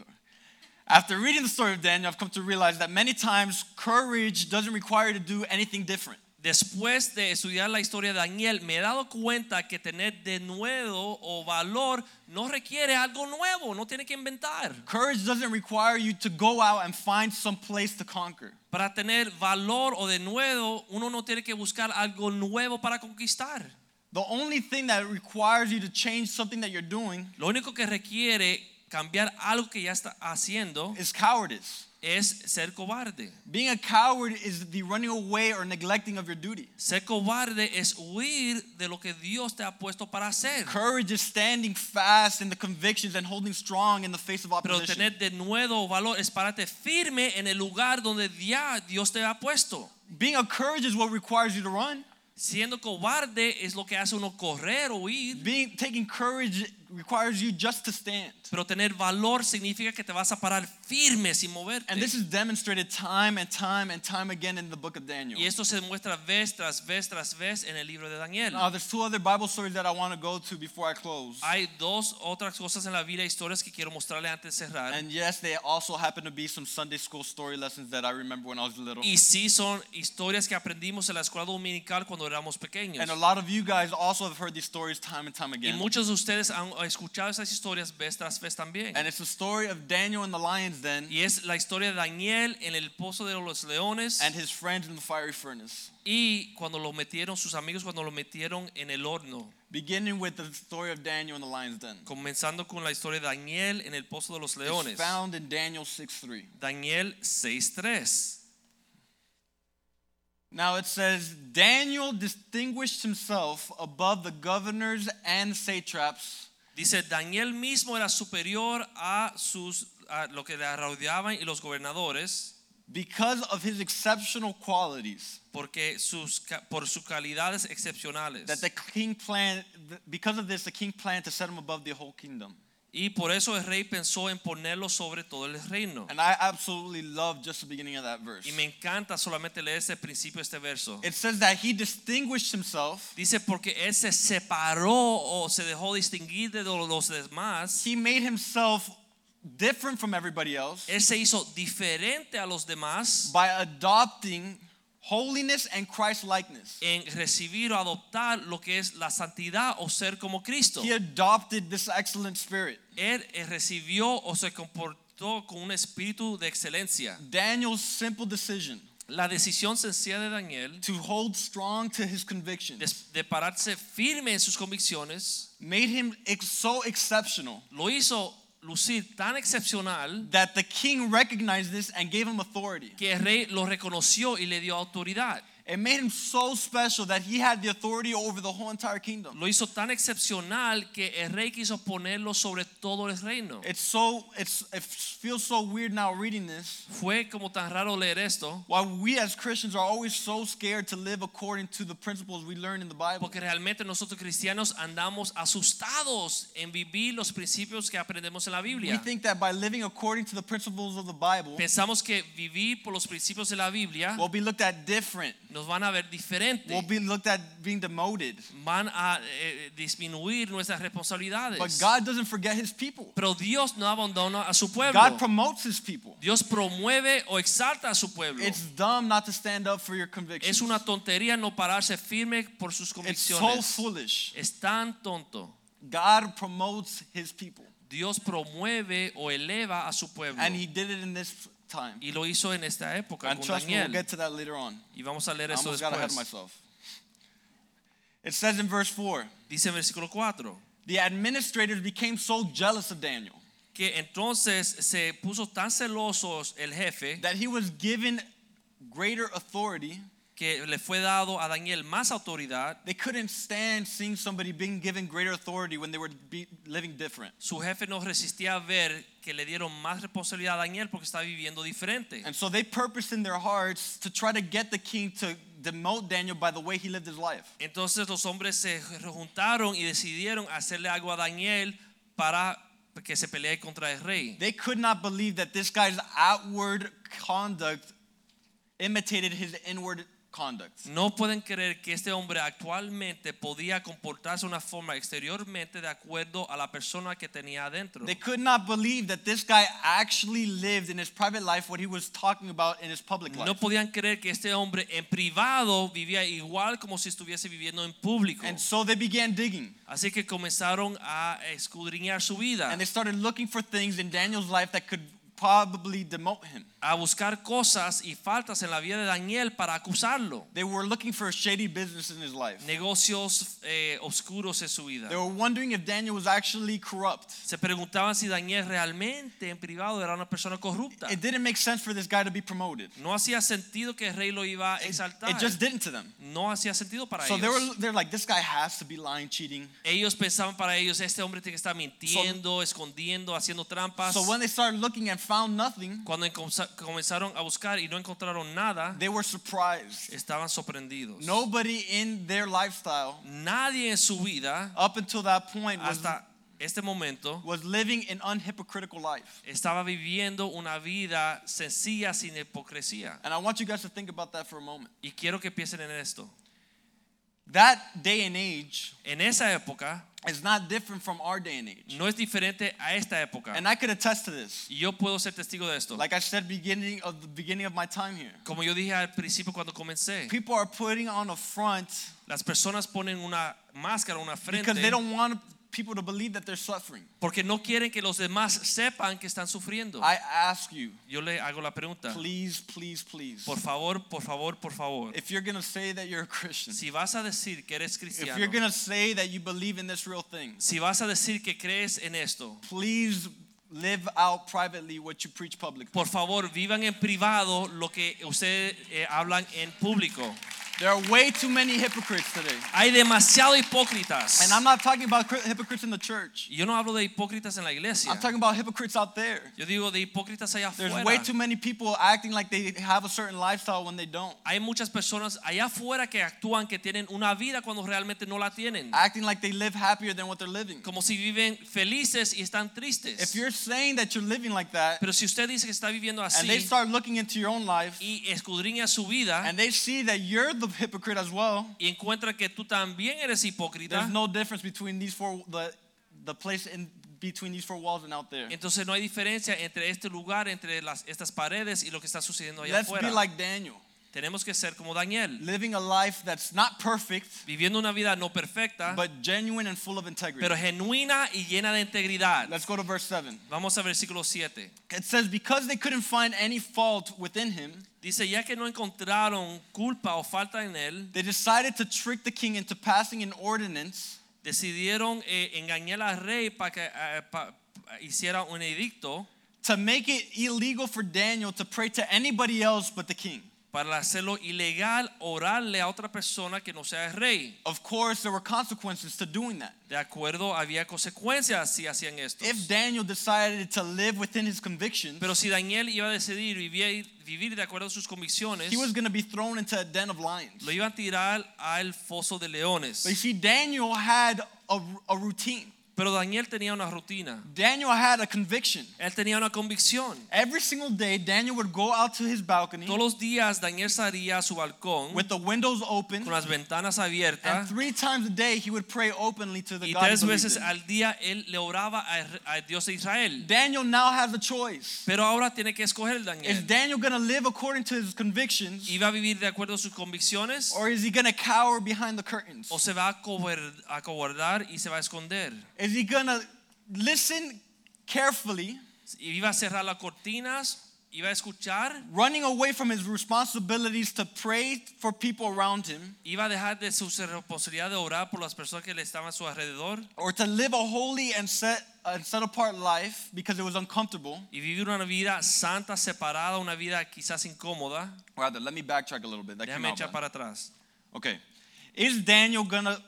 Speaker 1: After reading the story of Daniel, I've come to realize that many times courage doesn't require you to do anything different.
Speaker 2: Después de estudiar la historia de Daniel, me he dado cuenta que tener de nuevo o valor no requiere algo nuevo, no tiene que inventar.
Speaker 1: Courage doesn't require you to go out and find some place to conquer.
Speaker 2: Para tener valor o de nuevo, uno no tiene que buscar algo nuevo para conquistar.
Speaker 1: The only thing that requires you to change something that you're doing
Speaker 2: Lo único que requiere cambiar algo que ya está haciendo
Speaker 1: is cowardice.
Speaker 2: es ser cobarde.
Speaker 1: Being a coward is the running away or neglecting of your duty.
Speaker 2: Ser cobarde es huir de lo que Dios te ha puesto para hacer.
Speaker 1: Courage is standing fast in the convictions and holding strong in the face of
Speaker 2: Pero
Speaker 1: opposition.
Speaker 2: tener de nuevo valor es pararte firme en el lugar donde ya Dios te ha puesto.
Speaker 1: Being a courage is what requires you to run.
Speaker 2: Siendo cobarde es lo que hace uno correr o huir.
Speaker 1: Being taking courage requires you just to stand.
Speaker 2: Pero tener valor significa que te vas a parar firme sin moverte.
Speaker 1: And this is demonstrated time and time and time again in the book of Daniel.
Speaker 2: Y esto se muestra vez tras vez tras vez en el libro de Daniel.
Speaker 1: Now, there's two other Bible stories that I want to go to before I close.
Speaker 2: Hay dos otras cosas en la Biblia, historias que quiero mostrarle antes de cerrar.
Speaker 1: And yes, they also happen to be some Sunday school story lessons that I remember when I was little.
Speaker 2: Y sí son historias que aprendimos en la escuela dominical cuando éramos pequeños.
Speaker 1: And a lot of you guys also have heard these stories time and time
Speaker 2: Y
Speaker 1: again.
Speaker 2: muchos de ustedes han escuchado esas historias vez tras vez también.
Speaker 1: And it's the story of Daniel in the lion's den
Speaker 2: Y es la historia de Daniel en el pozo de los leones
Speaker 1: and his friend in the fiery furnace.
Speaker 2: y cuando lo metieron, sus amigos cuando lo metieron en el horno.
Speaker 1: Beginning with the story of Daniel in the lion's den.
Speaker 2: Comenzando con la historia de Daniel en el pozo de los
Speaker 1: It's
Speaker 2: leones.
Speaker 1: found in Daniel 6:3.
Speaker 2: Daniel 6.3.
Speaker 1: Now it says Daniel distinguished himself above the governors and satraps
Speaker 2: Dice, Daniel mismo era superior a, sus, a lo que le rodeaban y los gobernadores
Speaker 1: because of his exceptional qualities
Speaker 2: porque sus, ca- por sus calidades excepcionales.
Speaker 1: that the king planned because of this the king planned to set him above the whole kingdom.
Speaker 2: Y por eso el rey pensó en ponerlo sobre todo el reino.
Speaker 1: And I absolutely love just the beginning of that verse.
Speaker 2: Y me encanta solamente leer ese principio, este verso.
Speaker 1: It says that he distinguished himself.
Speaker 2: Dice, porque él se separó o se dejó distinguir de los demás.
Speaker 1: He made himself different from everybody else
Speaker 2: Él se hizo diferente a los demás
Speaker 1: by adopting holiness and Christ likeness.
Speaker 2: en recibir o adoptar lo que es la santidad o ser como Cristo.
Speaker 1: He adopted this excellent spirit.
Speaker 2: Él eh, recibió o se comportó con un espíritu de excelencia.
Speaker 1: Daniel's simple decision
Speaker 2: La decisión sencilla de Daniel
Speaker 1: to hold strong to his
Speaker 2: de,
Speaker 1: convictions
Speaker 2: de pararse firme en sus convicciones
Speaker 1: made him ex- so exceptional
Speaker 2: lo hizo lucir tan excepcional
Speaker 1: that the king recognized this and gave him authority.
Speaker 2: que el rey lo reconoció y le dio autoridad.
Speaker 1: It made him so special that he had the authority over the whole entire kingdom.
Speaker 2: Lo hizo tan excepcional que el rey quiso ponerlo sobre todo el reino.
Speaker 1: It's so it's it feels so weird now reading this.
Speaker 2: Fue como tan raro leer esto
Speaker 1: Why we as Christians are always so scared to live according to the principles we learn in the Bible.
Speaker 2: porque realmente nosotros cristianos andamos asustados en vivir los principios que aprendemos en la
Speaker 1: We
Speaker 2: Biblia.
Speaker 1: think that by living according to the principles of the Bible,
Speaker 2: Pensamos que vivir por los principios de la Biblia
Speaker 1: we'll be looked at different.
Speaker 2: nos van a ver diferente.
Speaker 1: We'll be looked at being demoted.
Speaker 2: Van a eh, eh, disminuir nuestras responsabilidades.
Speaker 1: But God doesn't forget his people.
Speaker 2: Pero Dios no abandona a su pueblo.
Speaker 1: God promotes his people.
Speaker 2: Dios promueve o exalta a su pueblo.
Speaker 1: It's dumb not to stand up for your
Speaker 2: Es
Speaker 1: convictions.
Speaker 2: una tontería no pararse firme por
Speaker 1: It's
Speaker 2: sus
Speaker 1: so
Speaker 2: convicciones.
Speaker 1: foolish.
Speaker 2: Es tan tonto.
Speaker 1: God promotes his people.
Speaker 2: Dios promueve o eleva a su pueblo.
Speaker 1: And he did it in this time.
Speaker 2: y lo hizo en esta época
Speaker 1: And
Speaker 2: con
Speaker 1: trust me, we'll
Speaker 2: Daniel.
Speaker 1: get to that later on.
Speaker 2: y vamos a leer
Speaker 1: I
Speaker 2: eso
Speaker 1: almost got ahead of
Speaker 2: después.
Speaker 1: myself. It says in verse 4
Speaker 2: Dice en versículo 4.
Speaker 1: the administrators became so jealous of Daniel
Speaker 2: que entonces se puso tan celoso el jefe
Speaker 1: that he was given greater authority.
Speaker 2: que le fue dado a Daniel más autoridad.
Speaker 1: They couldn't stand seeing somebody being given greater authority when they were be living different.
Speaker 2: Su jefe no resistía a ver que le dieron más responsabilidad a Daniel porque estaba viviendo diferente.
Speaker 1: And so they purposed in their hearts to try to get the king to demote Daniel by the way he lived his life.
Speaker 2: Entonces los hombres se juntaron y decidieron hacerle algo a Daniel para que se pelee contra el rey.
Speaker 1: They could not believe that this guy's outward conduct imitated his inward conduct.
Speaker 2: No pueden creer que este hombre actualmente podía comportarse de una forma exteriormente de acuerdo a la persona que tenía adentro.
Speaker 1: They could not believe that this guy actually lived in his private life what he was talking about in his public life.
Speaker 2: No podían creer que este hombre en privado vivía igual como si estuviese viviendo en público.
Speaker 1: And so they began digging
Speaker 2: Así que comenzaron a escudriñar su vida,
Speaker 1: and they started looking for things in Daniel's life that could probably demote him.
Speaker 2: a buscar cosas y faltas en la vida de Daniel para acusarlo.
Speaker 1: They were looking for shady business in his life.
Speaker 2: Negocios eh, oscuros en su vida.
Speaker 1: They were wondering if Daniel was actually corrupt.
Speaker 2: Se preguntaban si Daniel realmente en privado era una persona corrupta.
Speaker 1: It didn't make sense for this guy to be promoted.
Speaker 2: No hacía sentido que el rey lo iba a exaltar.
Speaker 1: It just didn't to them.
Speaker 2: No hacía sentido para
Speaker 1: So they were
Speaker 2: ellos.
Speaker 1: they're like, this guy has to be lying, cheating.
Speaker 2: Ellos pensaban para ellos, este hombre tiene que estar mintiendo, escondiendo, haciendo trampas.
Speaker 1: So when they started looking and found nothing,
Speaker 2: Cuando enconza- comenzaron a buscar y no encontraron nada,
Speaker 1: they were surprised.
Speaker 2: estaban sorprendidos.
Speaker 1: Nobody in their lifestyle
Speaker 2: Nadie en su vida
Speaker 1: up until that point was,
Speaker 2: hasta este momento
Speaker 1: was living an unhypocritical life.
Speaker 2: estaba viviendo una vida sencilla sin hipocresía.
Speaker 1: And I want you guys to think about that for a moment.
Speaker 2: Y quiero que piensen en esto.
Speaker 1: That day and age
Speaker 2: En esa época
Speaker 1: is not different from our day and age.
Speaker 2: no es diferente a esta época.
Speaker 1: And I could attest to this.
Speaker 2: Y yo puedo ser testigo de esto.
Speaker 1: Like I said beginning of the beginning of my time here.
Speaker 2: Como yo dije al principio cuando comencé,
Speaker 1: People are putting on a front
Speaker 2: las personas ponen una máscara, una
Speaker 1: because
Speaker 2: frente
Speaker 1: they don't want people to believe that they're suffering.
Speaker 2: porque no quieren que los demás sepan que están sufriendo.
Speaker 1: I ask you,
Speaker 2: Yo le hago la pregunta,
Speaker 1: please, please, please.
Speaker 2: por favor, por favor, por favor,
Speaker 1: If you're going to say that you're a Christian,
Speaker 2: si vas a decir que eres
Speaker 1: if you're
Speaker 2: cristiano,
Speaker 1: going to say that you believe in this real thing,
Speaker 2: si vas a decir que crees en esto,
Speaker 1: please live out privately what you preach publicly.
Speaker 2: por favor, vivan en privado lo que ustedes eh, hablan en público.
Speaker 1: There are way too many hypocrites today.
Speaker 2: Hay demasiado
Speaker 1: And
Speaker 2: hipócritas.
Speaker 1: I'm not talking about cri- hypocrites in the church.
Speaker 2: Y Yo no hablo de hipócritas en la iglesia.
Speaker 1: I'm talking about hypocrites out there.
Speaker 2: Yo digo de hipócritas allá
Speaker 1: There's
Speaker 2: afuera.
Speaker 1: way too many people acting like they have a certain lifestyle when they don't.
Speaker 2: Hay muchas personas allá afuera que actúan que tienen una vida cuando realmente no la tienen.
Speaker 1: Acting like they live happier than what they're living.
Speaker 2: Como si viven felices y están tristes.
Speaker 1: If you're saying that you're living like that
Speaker 2: Pero si usted dice que está viviendo
Speaker 1: and they
Speaker 2: así
Speaker 1: start looking into your own life
Speaker 2: y escudriña su vida
Speaker 1: and they see that you're the hypocrite as well,
Speaker 2: y encuentra que tú también eres hipócrita,
Speaker 1: there's no difference between these four the the place in between these four walls and out there.
Speaker 2: entonces no hay diferencia entre este lugar, entre las, estas paredes y lo que está sucediendo allá
Speaker 1: Let's be
Speaker 2: afuera.
Speaker 1: like Daniel,
Speaker 2: Tenemos que ser como Daniel,
Speaker 1: living a life that's not perfect
Speaker 2: viviendo una vida no perfecta,
Speaker 1: but genuine and full of integrity.
Speaker 2: pero genuina y llena de integridad.
Speaker 1: Let's go to verse 7.
Speaker 2: Vamos a versículo 7.
Speaker 1: It says, Because they couldn't find any fault within him,
Speaker 2: Dice, ya que no encontraron culpa o falta en él,
Speaker 1: they decided to trick the king into passing an ordinance
Speaker 2: decidieron eh, engañar al rey para que eh, pa- hiciera un edicto
Speaker 1: to make it illegal for Daniel to pray to anybody else but the king.
Speaker 2: para hacerlo ilegal orarle a otra persona que no sea el rey.
Speaker 1: Of course, there were consequences to doing that.
Speaker 2: De acuerdo, había consecuencias si hacían esto.
Speaker 1: If Daniel decided to live within his convictions,
Speaker 2: Pero si Daniel iba a decidir vivir, vivir de acuerdo a sus convicciones,
Speaker 1: he was going to be thrown into a den of lions.
Speaker 2: lo iban a tirar al foso de
Speaker 1: But you
Speaker 2: leones.
Speaker 1: see, Daniel had a, a routine,
Speaker 2: Pero Daniel tenía una rutina.
Speaker 1: Daniel had a conviction.
Speaker 2: Él tenía una convicción.
Speaker 1: Every single day, Daniel would go out to his balcony
Speaker 2: Todos los días Daniel salía a su balcón
Speaker 1: with the windows open.
Speaker 2: con las ventanas
Speaker 1: And
Speaker 2: abiertas
Speaker 1: three times a day he would pray openly to the
Speaker 2: y
Speaker 1: God. he
Speaker 2: tres
Speaker 1: believed
Speaker 2: veces
Speaker 1: in.
Speaker 2: al día él le oraba al al Dios de Israel.
Speaker 1: Daniel now has a choice.
Speaker 2: Pero ahora tiene que escoger
Speaker 1: Is
Speaker 2: Daniel.
Speaker 1: Daniel going to live according to his convictions
Speaker 2: ¿Iba a vivir de acuerdo a sus convicciones
Speaker 1: or is he going to cower behind the curtains?
Speaker 2: o se va a acobar- a acobardar y se va a esconder?
Speaker 1: Is he going to listen carefully,
Speaker 2: Y iba a cerrar las cortinas, iba a escuchar,
Speaker 1: running away from his responsibilities to pray for people around him
Speaker 2: iba a dejar de su responsabilidad de orar por las personas que le estaban a su alrededor
Speaker 1: or to live a holy and set and set apart life because it was uncomfortable?
Speaker 2: y vivir una vida santa, separada, una vida quizás incómoda.
Speaker 1: Rather, let me backtrack a little bit. That came
Speaker 2: Déjame
Speaker 1: out
Speaker 2: echar
Speaker 1: bad.
Speaker 2: para atrás.
Speaker 1: Okay. Is Daniel going to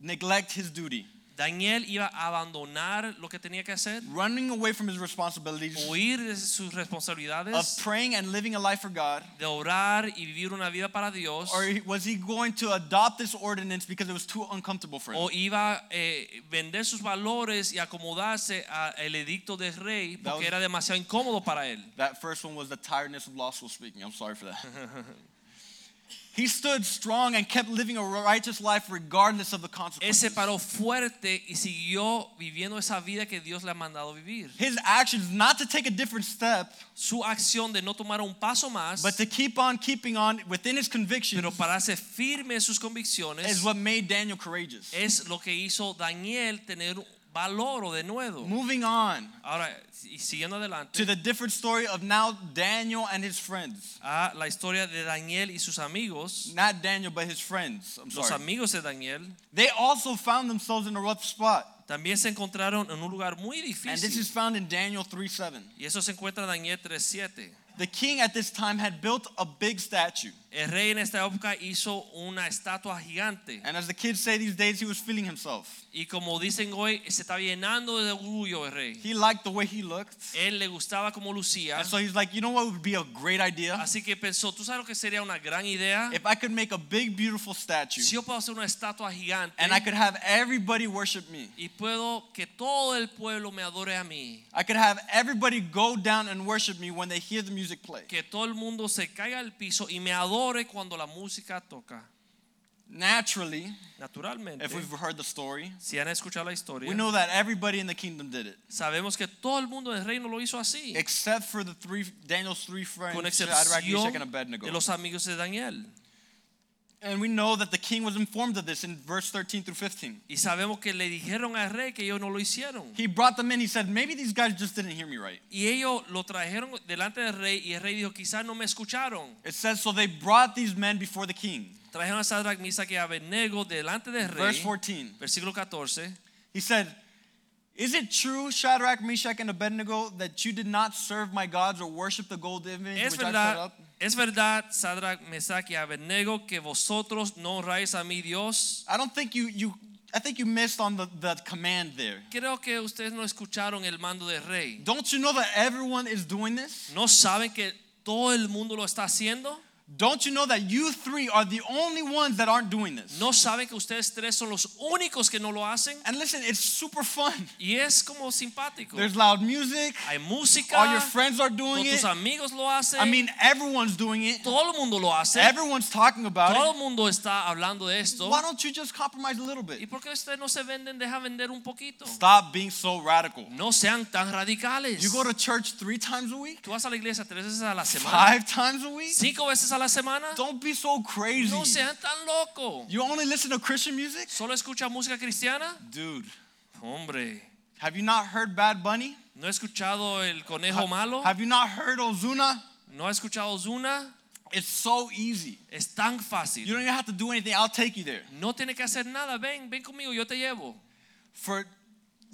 Speaker 1: neglect his duty?
Speaker 2: Daniel iba a abandonar lo que tenía que hacer,
Speaker 1: running away from his responsibilities
Speaker 2: huir de sus
Speaker 1: of
Speaker 2: responsabilidades,
Speaker 1: praying and living a life for God?
Speaker 2: de orar y vivir una vida para Dios,
Speaker 1: Or was he going to adopt this ordinance because it was too uncomfortable for him?
Speaker 2: o iba a vender sus valores y acomodarse al edicto del rey
Speaker 1: That
Speaker 2: porque
Speaker 1: was-
Speaker 2: era demasiado incómodo para él.
Speaker 1: That first one was the tiredness of lawful speaking. I'm sorry for that. he stood strong and kept living a righteous life regardless of the
Speaker 2: Él
Speaker 1: consequences.
Speaker 2: se paró fuerte y siguió viviendo esa vida que Dios le ha mandado vivir.
Speaker 1: His actions not to take a different step,
Speaker 2: Su acción de no tomar un paso más,
Speaker 1: but to keep on keeping on within his conviction
Speaker 2: pero pararse firme en sus
Speaker 1: is
Speaker 2: convicciones,
Speaker 1: what made Daniel courageous.
Speaker 2: es lo que hizo Daniel tener valor o de nuevo.
Speaker 1: Moving on
Speaker 2: Ahora, y
Speaker 1: to
Speaker 2: siguiendo adelante,
Speaker 1: the different story of now Daniel and his friends.
Speaker 2: a la historia de Daniel y sus amigos,
Speaker 1: Not Daniel, but his friends. I'm
Speaker 2: los
Speaker 1: sorry.
Speaker 2: amigos de Daniel,
Speaker 1: They also found themselves in a rough spot.
Speaker 2: también se encontraron en un lugar muy
Speaker 1: And this
Speaker 2: difícil.
Speaker 1: is found in Daniel 3:7.
Speaker 2: Y eso se encuentra en Daniel 3.7.
Speaker 1: The king at this time had built a big statue.
Speaker 2: El rey en esta época hizo una estatua gigante.
Speaker 1: And as the kids say these days, he was feeling himself.
Speaker 2: Y como dicen hoy, se está llenando de orgullo el rey.
Speaker 1: He liked the way he looked.
Speaker 2: Él le gustaba como lucía.
Speaker 1: And so he's like, you know what would be a great idea?
Speaker 2: Así que pensó, ¿tú sabes lo que sería una gran idea?
Speaker 1: If I could make a big, beautiful statue
Speaker 2: Si yo puedo hacer una estatua gigante
Speaker 1: and I could have everybody worship me,
Speaker 2: y puedo que todo el pueblo me adore a mí,
Speaker 1: I could have everybody go down and worship me when they hear the music play.
Speaker 2: que todo el mundo se caiga al piso y me adore cuando la música toca.
Speaker 1: Naturally,
Speaker 2: Naturalmente,
Speaker 1: if we've heard the story,
Speaker 2: si han escuchado la historia,
Speaker 1: we know that everybody in the kingdom did it.
Speaker 2: sabemos que todo el mundo del reino lo hizo así,
Speaker 1: except for the three Daniel's three friends, uh,
Speaker 2: con
Speaker 1: Shadrach, Meshach, and
Speaker 2: excepción
Speaker 1: Abednego.
Speaker 2: de los amigos de Daniel.
Speaker 1: And we know that the king was informed of this in verse 13 through 15.
Speaker 2: Y sabemos que le dijeron al rey que ellos no lo hicieron.
Speaker 1: He brought them in. He said, Maybe these guys just didn't hear me right.
Speaker 2: Y ellos lo trajeron delante del rey y el rey dijo, quizás no me escucharon.
Speaker 1: It says, So they brought these men before the king.
Speaker 2: Trajeron a Sadrach, Misa y Abednego delante del
Speaker 1: Verse
Speaker 2: rey.
Speaker 1: 14.
Speaker 2: Versículo 14.
Speaker 1: He said, Is it true, Shadrach, Meshach, and Abednego, that you did not serve my gods or worship the gold image
Speaker 2: Es
Speaker 1: which I set
Speaker 2: verdad,
Speaker 1: up?
Speaker 2: es verdad, Sadrach, Mesach y Abednego, que vosotros no honráis a mi Dios.
Speaker 1: I don't think you, you I think you missed on the, the command there.
Speaker 2: Creo que ustedes no escucharon el mando del rey.
Speaker 1: Don't you know that everyone is doing this?
Speaker 2: ¿No saben que todo el mundo lo está haciendo?
Speaker 1: Don't you know that you three are the only ones that aren't doing this?
Speaker 2: ¿No saben que ustedes tres son los únicos que no lo hacen?
Speaker 1: And listen, it's super fun.
Speaker 2: Y es como simpático.
Speaker 1: There's loud music.
Speaker 2: Hay música,
Speaker 1: All your friends are
Speaker 2: todos
Speaker 1: doing it.
Speaker 2: tus amigos lo hacen,
Speaker 1: I mean, everyone's doing it.
Speaker 2: todo el mundo lo hace,
Speaker 1: Everyone's talking
Speaker 2: todo
Speaker 1: about
Speaker 2: el mundo está hablando de
Speaker 1: it.
Speaker 2: esto.
Speaker 1: Why don't you just compromise a little
Speaker 2: ¿Y
Speaker 1: bit?
Speaker 2: por qué ustedes no se venden, deja vender un poquito?
Speaker 1: Stop being so radical.
Speaker 2: No sean tan radicales.
Speaker 1: You go to church three times a week,
Speaker 2: Tú vas a la iglesia tres veces a la semana,
Speaker 1: five times a week.
Speaker 2: cinco veces a la semana.
Speaker 1: Don't be so crazy.
Speaker 2: No sean tan loco.
Speaker 1: You only listen to Christian music?
Speaker 2: Solo escucha música cristiana.
Speaker 1: Dude,
Speaker 2: Hombre,
Speaker 1: have you not heard Bad Bunny?
Speaker 2: no he escuchado el conejo malo.
Speaker 1: Have you not heard Ozuna?
Speaker 2: No he escuchado Zuna.
Speaker 1: It's so easy.
Speaker 2: Es tan
Speaker 1: You
Speaker 2: fácil.
Speaker 1: don't even have to do anything. I'll take you there.
Speaker 2: No tiene que hacer nada. Ven, ven conmigo, yo te llevo.
Speaker 1: For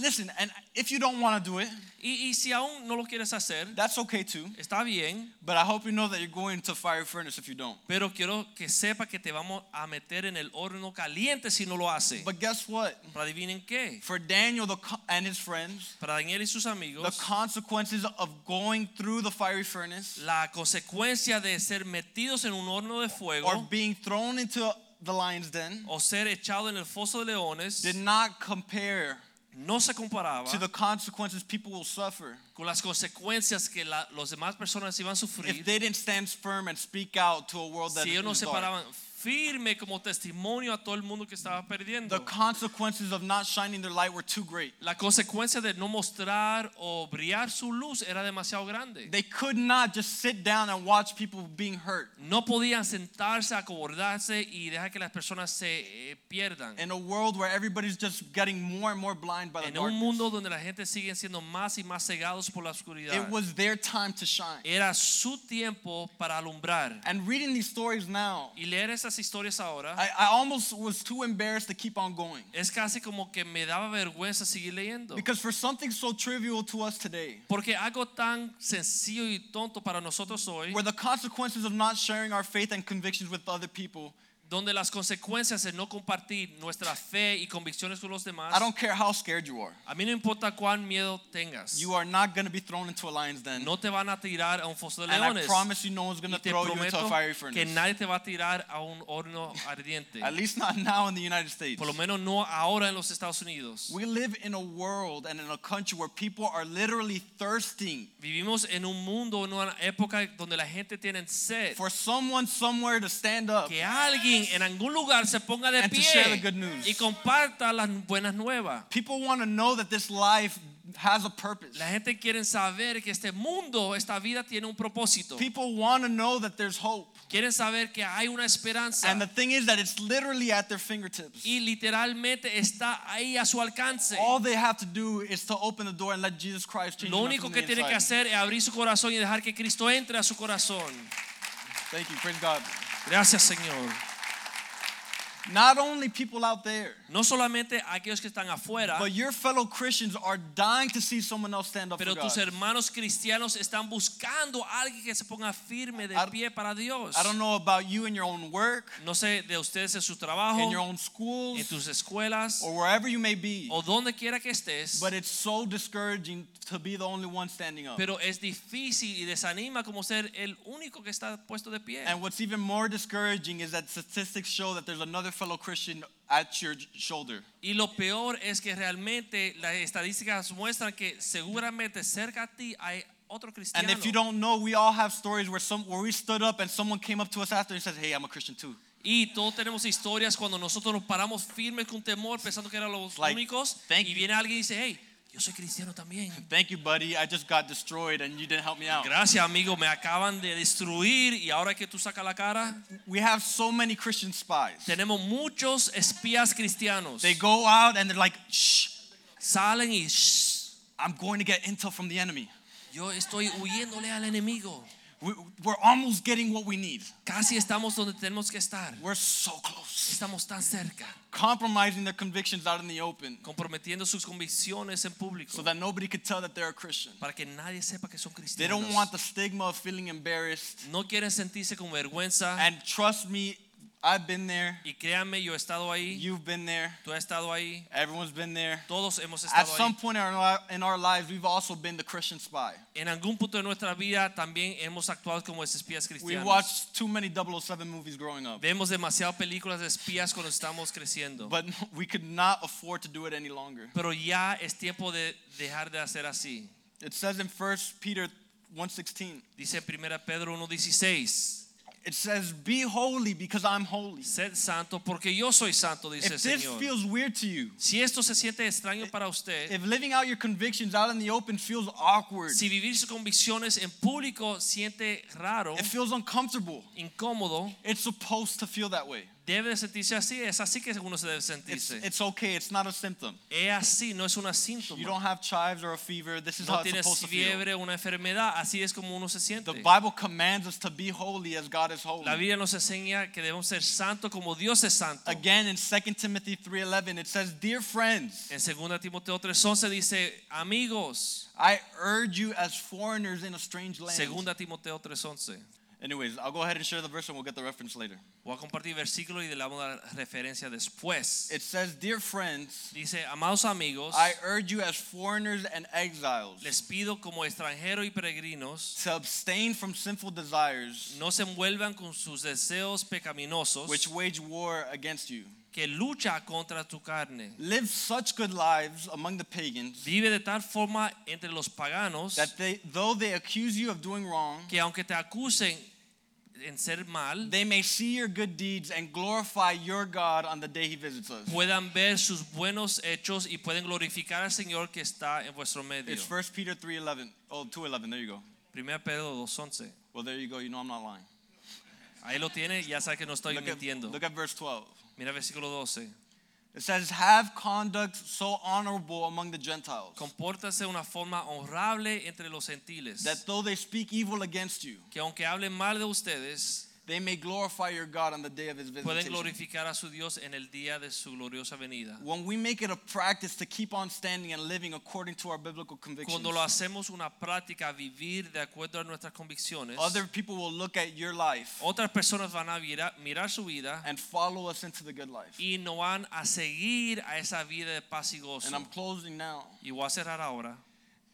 Speaker 1: listen, and if you don't want to do it,
Speaker 2: Y, y si aún no lo quieres hacer,
Speaker 1: that's okay too.
Speaker 2: está bien.
Speaker 1: But I hope you know that you're going to fire furnace if you don't.
Speaker 2: Pero quiero que sepa que te vamos a meter en el horno caliente si no lo hace.
Speaker 1: But guess what?
Speaker 2: Pero adivinen qué.
Speaker 1: For Daniel the co- and his friends,
Speaker 2: Para Daniel y sus
Speaker 1: the
Speaker 2: amigos,
Speaker 1: consequences of going through the fiery furnace
Speaker 2: la consecuencia de ser metidos en un horno de
Speaker 1: or
Speaker 2: fuego
Speaker 1: being thrown into the lion's den
Speaker 2: o ser echado en el foso de leones
Speaker 1: did not compare
Speaker 2: no se comparaba
Speaker 1: to the consequences people will suffer
Speaker 2: con las consecuencias que la- los demás personas iban a
Speaker 1: if
Speaker 2: sufrir
Speaker 1: they didn't stand firm and speak out to a world that
Speaker 2: si ellos no
Speaker 1: is
Speaker 2: se
Speaker 1: dark.
Speaker 2: paraban firme como testimonio a todo el mundo que estaba
Speaker 1: The
Speaker 2: perdiendo.
Speaker 1: consequences of not shining their light were too great.
Speaker 2: La consecuencia de no mostrar o brillar su luz era demasiado grande.
Speaker 1: They could not just sit down and watch people being hurt.
Speaker 2: No podían sentarse, acobardarse y dejar que las personas se eh, pierdan.
Speaker 1: In a world where everybody's just getting more and more blind by the
Speaker 2: En un
Speaker 1: darkness,
Speaker 2: mundo donde la gente sigue siendo más y más cegados por la oscuridad.
Speaker 1: it was their time to shine.
Speaker 2: Era su tiempo para alumbrar.
Speaker 1: And reading these stories now,
Speaker 2: Y leer esas historias ahora
Speaker 1: I, I almost was too embarrassed to keep on going.
Speaker 2: es casi como que me daba vergüenza seguir leyendo.
Speaker 1: Because for something so trivial to us today,
Speaker 2: Porque algo tan sencillo y tonto para nosotros hoy,
Speaker 1: where the consequences of not sharing our faith and convictions with other people,
Speaker 2: donde las consecuencias de no compartir nuestra fe y convicciones con los demás,
Speaker 1: I don't care how scared you are,
Speaker 2: a mí no importa cuán miedo tengas,
Speaker 1: you are not going to be thrown into a lion's den.
Speaker 2: no te van a tirar a un foso de
Speaker 1: and I
Speaker 2: leones.
Speaker 1: promise you, no one's going
Speaker 2: Y
Speaker 1: to
Speaker 2: te
Speaker 1: throw you into a
Speaker 2: prometo
Speaker 1: fiery
Speaker 2: que
Speaker 1: furnace.
Speaker 2: nadie te va a tirar a un horno ardiente,
Speaker 1: At least not now in the United States.
Speaker 2: por lo menos no ahora en los Estados Unidos.
Speaker 1: We live in a world and in a country where people are literally thirsting
Speaker 2: Vivimos en un mundo, en una época donde la gente tiene sed.
Speaker 1: for someone somewhere to stand up.
Speaker 2: Que alguien en algún lugar se ponga de
Speaker 1: And to share the
Speaker 2: pie
Speaker 1: good news.
Speaker 2: y comparta las buenas nuevas.
Speaker 1: People want to know that this life has a purpose.
Speaker 2: La gente quiere saber que este mundo, esta vida tiene un propósito.
Speaker 1: People want to know that there's hope.
Speaker 2: Quieren saber que hay una esperanza
Speaker 1: And the thing is that it's literally at their fingertips.
Speaker 2: y literalmente está ahí a su alcance.
Speaker 1: All they have to do is to open the door and let Jesus Christ change
Speaker 2: Lo
Speaker 1: them
Speaker 2: único
Speaker 1: from
Speaker 2: que
Speaker 1: the
Speaker 2: tiene que
Speaker 1: inside.
Speaker 2: hacer es abrir su corazón y dejar que Cristo entre a su corazón.
Speaker 1: Thank you, praise God.
Speaker 2: Gracias, Señor.
Speaker 1: Not only people out there,
Speaker 2: No solamente aquellos que están afuera,
Speaker 1: but your fellow Christians are dying to see someone else stand up
Speaker 2: pero
Speaker 1: for
Speaker 2: tus
Speaker 1: God.
Speaker 2: hermanos cristianos están buscando a alguien que se ponga firme de
Speaker 1: I-
Speaker 2: pie para Dios.
Speaker 1: I don't know about you in your own work,
Speaker 2: No sé de ustedes en su
Speaker 1: in your
Speaker 2: trabajo,
Speaker 1: own schools,
Speaker 2: en Oh. tus escuelas
Speaker 1: or wherever you may be.
Speaker 2: o donde quiera que estés.
Speaker 1: But it's so discouraging to be the only one standing up.
Speaker 2: Pero es difícil y desanima como ser el único que está puesto de pie.
Speaker 1: And what's even more discouraging is that statistics show that there's another fellow Christian at your shoulder.
Speaker 2: Y lo peor es que realmente las estadísticas muestran que seguramente cerca a ti hay otro
Speaker 1: And
Speaker 2: cristiano.
Speaker 1: if you don't know, we all have stories where some where we stood up and someone came up to us after and said, "Hey, I'm a Christian too."
Speaker 2: Y todos tenemos historias cuando nosotros nos paramos firmes con temor pensando que eran los
Speaker 1: Like,
Speaker 2: únicos
Speaker 1: thank
Speaker 2: y
Speaker 1: you.
Speaker 2: viene alguien y dice, hey, yo Yo soy cristiano también.
Speaker 1: Thank you, buddy. I just got destroyed and you didn't help me out.
Speaker 2: Gracias, amigo. Me acaban de destruir y ahora que tú sacas la cara,
Speaker 1: We have so many Christian spies.
Speaker 2: tenemos muchos espías cristianos.
Speaker 1: They go out and they're like, shh,
Speaker 2: Salen y "Shh,
Speaker 1: I'm going to get intel from the enemy.
Speaker 2: yo estoy huyéndole al enemigo.
Speaker 1: We, we're almost getting what we need.
Speaker 2: Casi estamos donde tenemos que estar.
Speaker 1: We're so close.
Speaker 2: Estamos tan cerca,
Speaker 1: Compromising their convictions out in the open
Speaker 2: comprometiendo sus convicciones en público
Speaker 1: so that nobody could tell that they're a Christian.
Speaker 2: para que nadie sepa que son
Speaker 1: They
Speaker 2: cristianos.
Speaker 1: don't want the stigma of feeling embarrassed.
Speaker 2: no quieren sentirse con vergüenza
Speaker 1: And trust me, I've been there.
Speaker 2: y créanme, yo he estado ahí,
Speaker 1: You've been there.
Speaker 2: tú has estado ahí,
Speaker 1: Everyone's been there.
Speaker 2: todos hemos
Speaker 1: At
Speaker 2: estado
Speaker 1: some
Speaker 2: ahí.
Speaker 1: point in our, li- in our lives, we've also been the Christian spy.
Speaker 2: En algún punto de nuestra vida también hemos actuado como espías
Speaker 1: We
Speaker 2: cristianos.
Speaker 1: watched too many 007 movies growing up,
Speaker 2: Vemos demasiadas películas de espías cuando estamos creciendo.
Speaker 1: but we could not afford to do it any longer.
Speaker 2: Pero ya es tiempo de dejar de hacer así.
Speaker 1: It says in 1 Peter 1:16.
Speaker 2: Dice 1 Pedro 1.16,
Speaker 1: It says, "Be holy because I'm holy."
Speaker 2: sed santo porque yo soy santo, dice el
Speaker 1: If this
Speaker 2: Señor.
Speaker 1: feels weird to you,
Speaker 2: Si esto se siente extraño para usted,
Speaker 1: if living out your convictions out in the open feels awkward,
Speaker 2: si vivir sus convicciones en público siente raro,
Speaker 1: it feels uncomfortable,
Speaker 2: incómodo,
Speaker 1: it's supposed to feel that way.
Speaker 2: debe de sentirse así. Es así que uno se debe
Speaker 1: It's,
Speaker 2: sentirse.
Speaker 1: it's okay. It's not a symptom.
Speaker 2: Es así, no es una
Speaker 1: You
Speaker 2: síntoma.
Speaker 1: don't have chives or a fever. This is how
Speaker 2: No
Speaker 1: it's
Speaker 2: tienes
Speaker 1: supposed to feel.
Speaker 2: fiebre, una enfermedad. Así es como uno se siente.
Speaker 1: The Bible commands us to be holy as God is
Speaker 2: La
Speaker 1: holy.
Speaker 2: Biblia nos enseña que debemos ser santos como Dios es santo.
Speaker 1: Again in 2 Timothy 3:11 it says, "Dear friends,
Speaker 2: En 2 Timoteo 3:11 dice, amigos,
Speaker 1: I urge you as foreigners in a strange land."
Speaker 2: 2 Timoteo 3:11.
Speaker 1: Anyways, I'll go ahead and share the verse and we'll get the reference later.
Speaker 2: Voy a compartir versículo y le damos la referencia después.
Speaker 1: It says, "Dear friends,
Speaker 2: Dice, amados amigos,
Speaker 1: I urge you as foreigners and exiles
Speaker 2: les pido como extranjeros y peregrinos,
Speaker 1: to abstain from sinful desires
Speaker 2: no se envuelvan con sus deseos pecaminosos
Speaker 1: which wage war against you.
Speaker 2: que lucha contra tu carne.
Speaker 1: Live such good lives among the pagans
Speaker 2: Vive de tal forma entre los paganos
Speaker 1: that they, though they accuse you of doing wrong,
Speaker 2: que aunque te acusen en ser mal,
Speaker 1: they may see your good deeds and glorify your God on the day he visits us.
Speaker 2: puedan ver sus buenos hechos y pueden glorificar al Señor que está en vuestro medio.
Speaker 1: It's 1 Peter 3:11. Oh, 2:11. There you go.
Speaker 2: 1 Pedro 2.11.
Speaker 1: Well, there you go. You know I'm not lying.
Speaker 2: Ahí lo tiene, ya sabe que no estoy
Speaker 1: Look at,
Speaker 2: mintiendo.
Speaker 1: look at verse 12.
Speaker 2: Mira versículo 12.
Speaker 1: It says, "Have conduct so honorable among the Gentiles
Speaker 2: Compórtase de una forma honrable entre los gentiles,
Speaker 1: that though they speak evil against you,
Speaker 2: que aunque hablen mal de ustedes,
Speaker 1: they may glorify your God on the day of his
Speaker 2: pueden
Speaker 1: visitation."
Speaker 2: glorificar a su Dios en el día de su gloriosa venida.
Speaker 1: When we make it a practice to keep on standing and living according to our biblical convictions,
Speaker 2: Cuando lo hacemos una práctica, vivir de acuerdo a nuestras convicciones,
Speaker 1: other people will look at your life
Speaker 2: otras personas van a vira- mirar su vida
Speaker 1: and follow us into the good life.
Speaker 2: y no van a seguir a esa vida de paz y
Speaker 1: And I'm
Speaker 2: gozo.
Speaker 1: closing now.
Speaker 2: Y voy a cerrar ahora.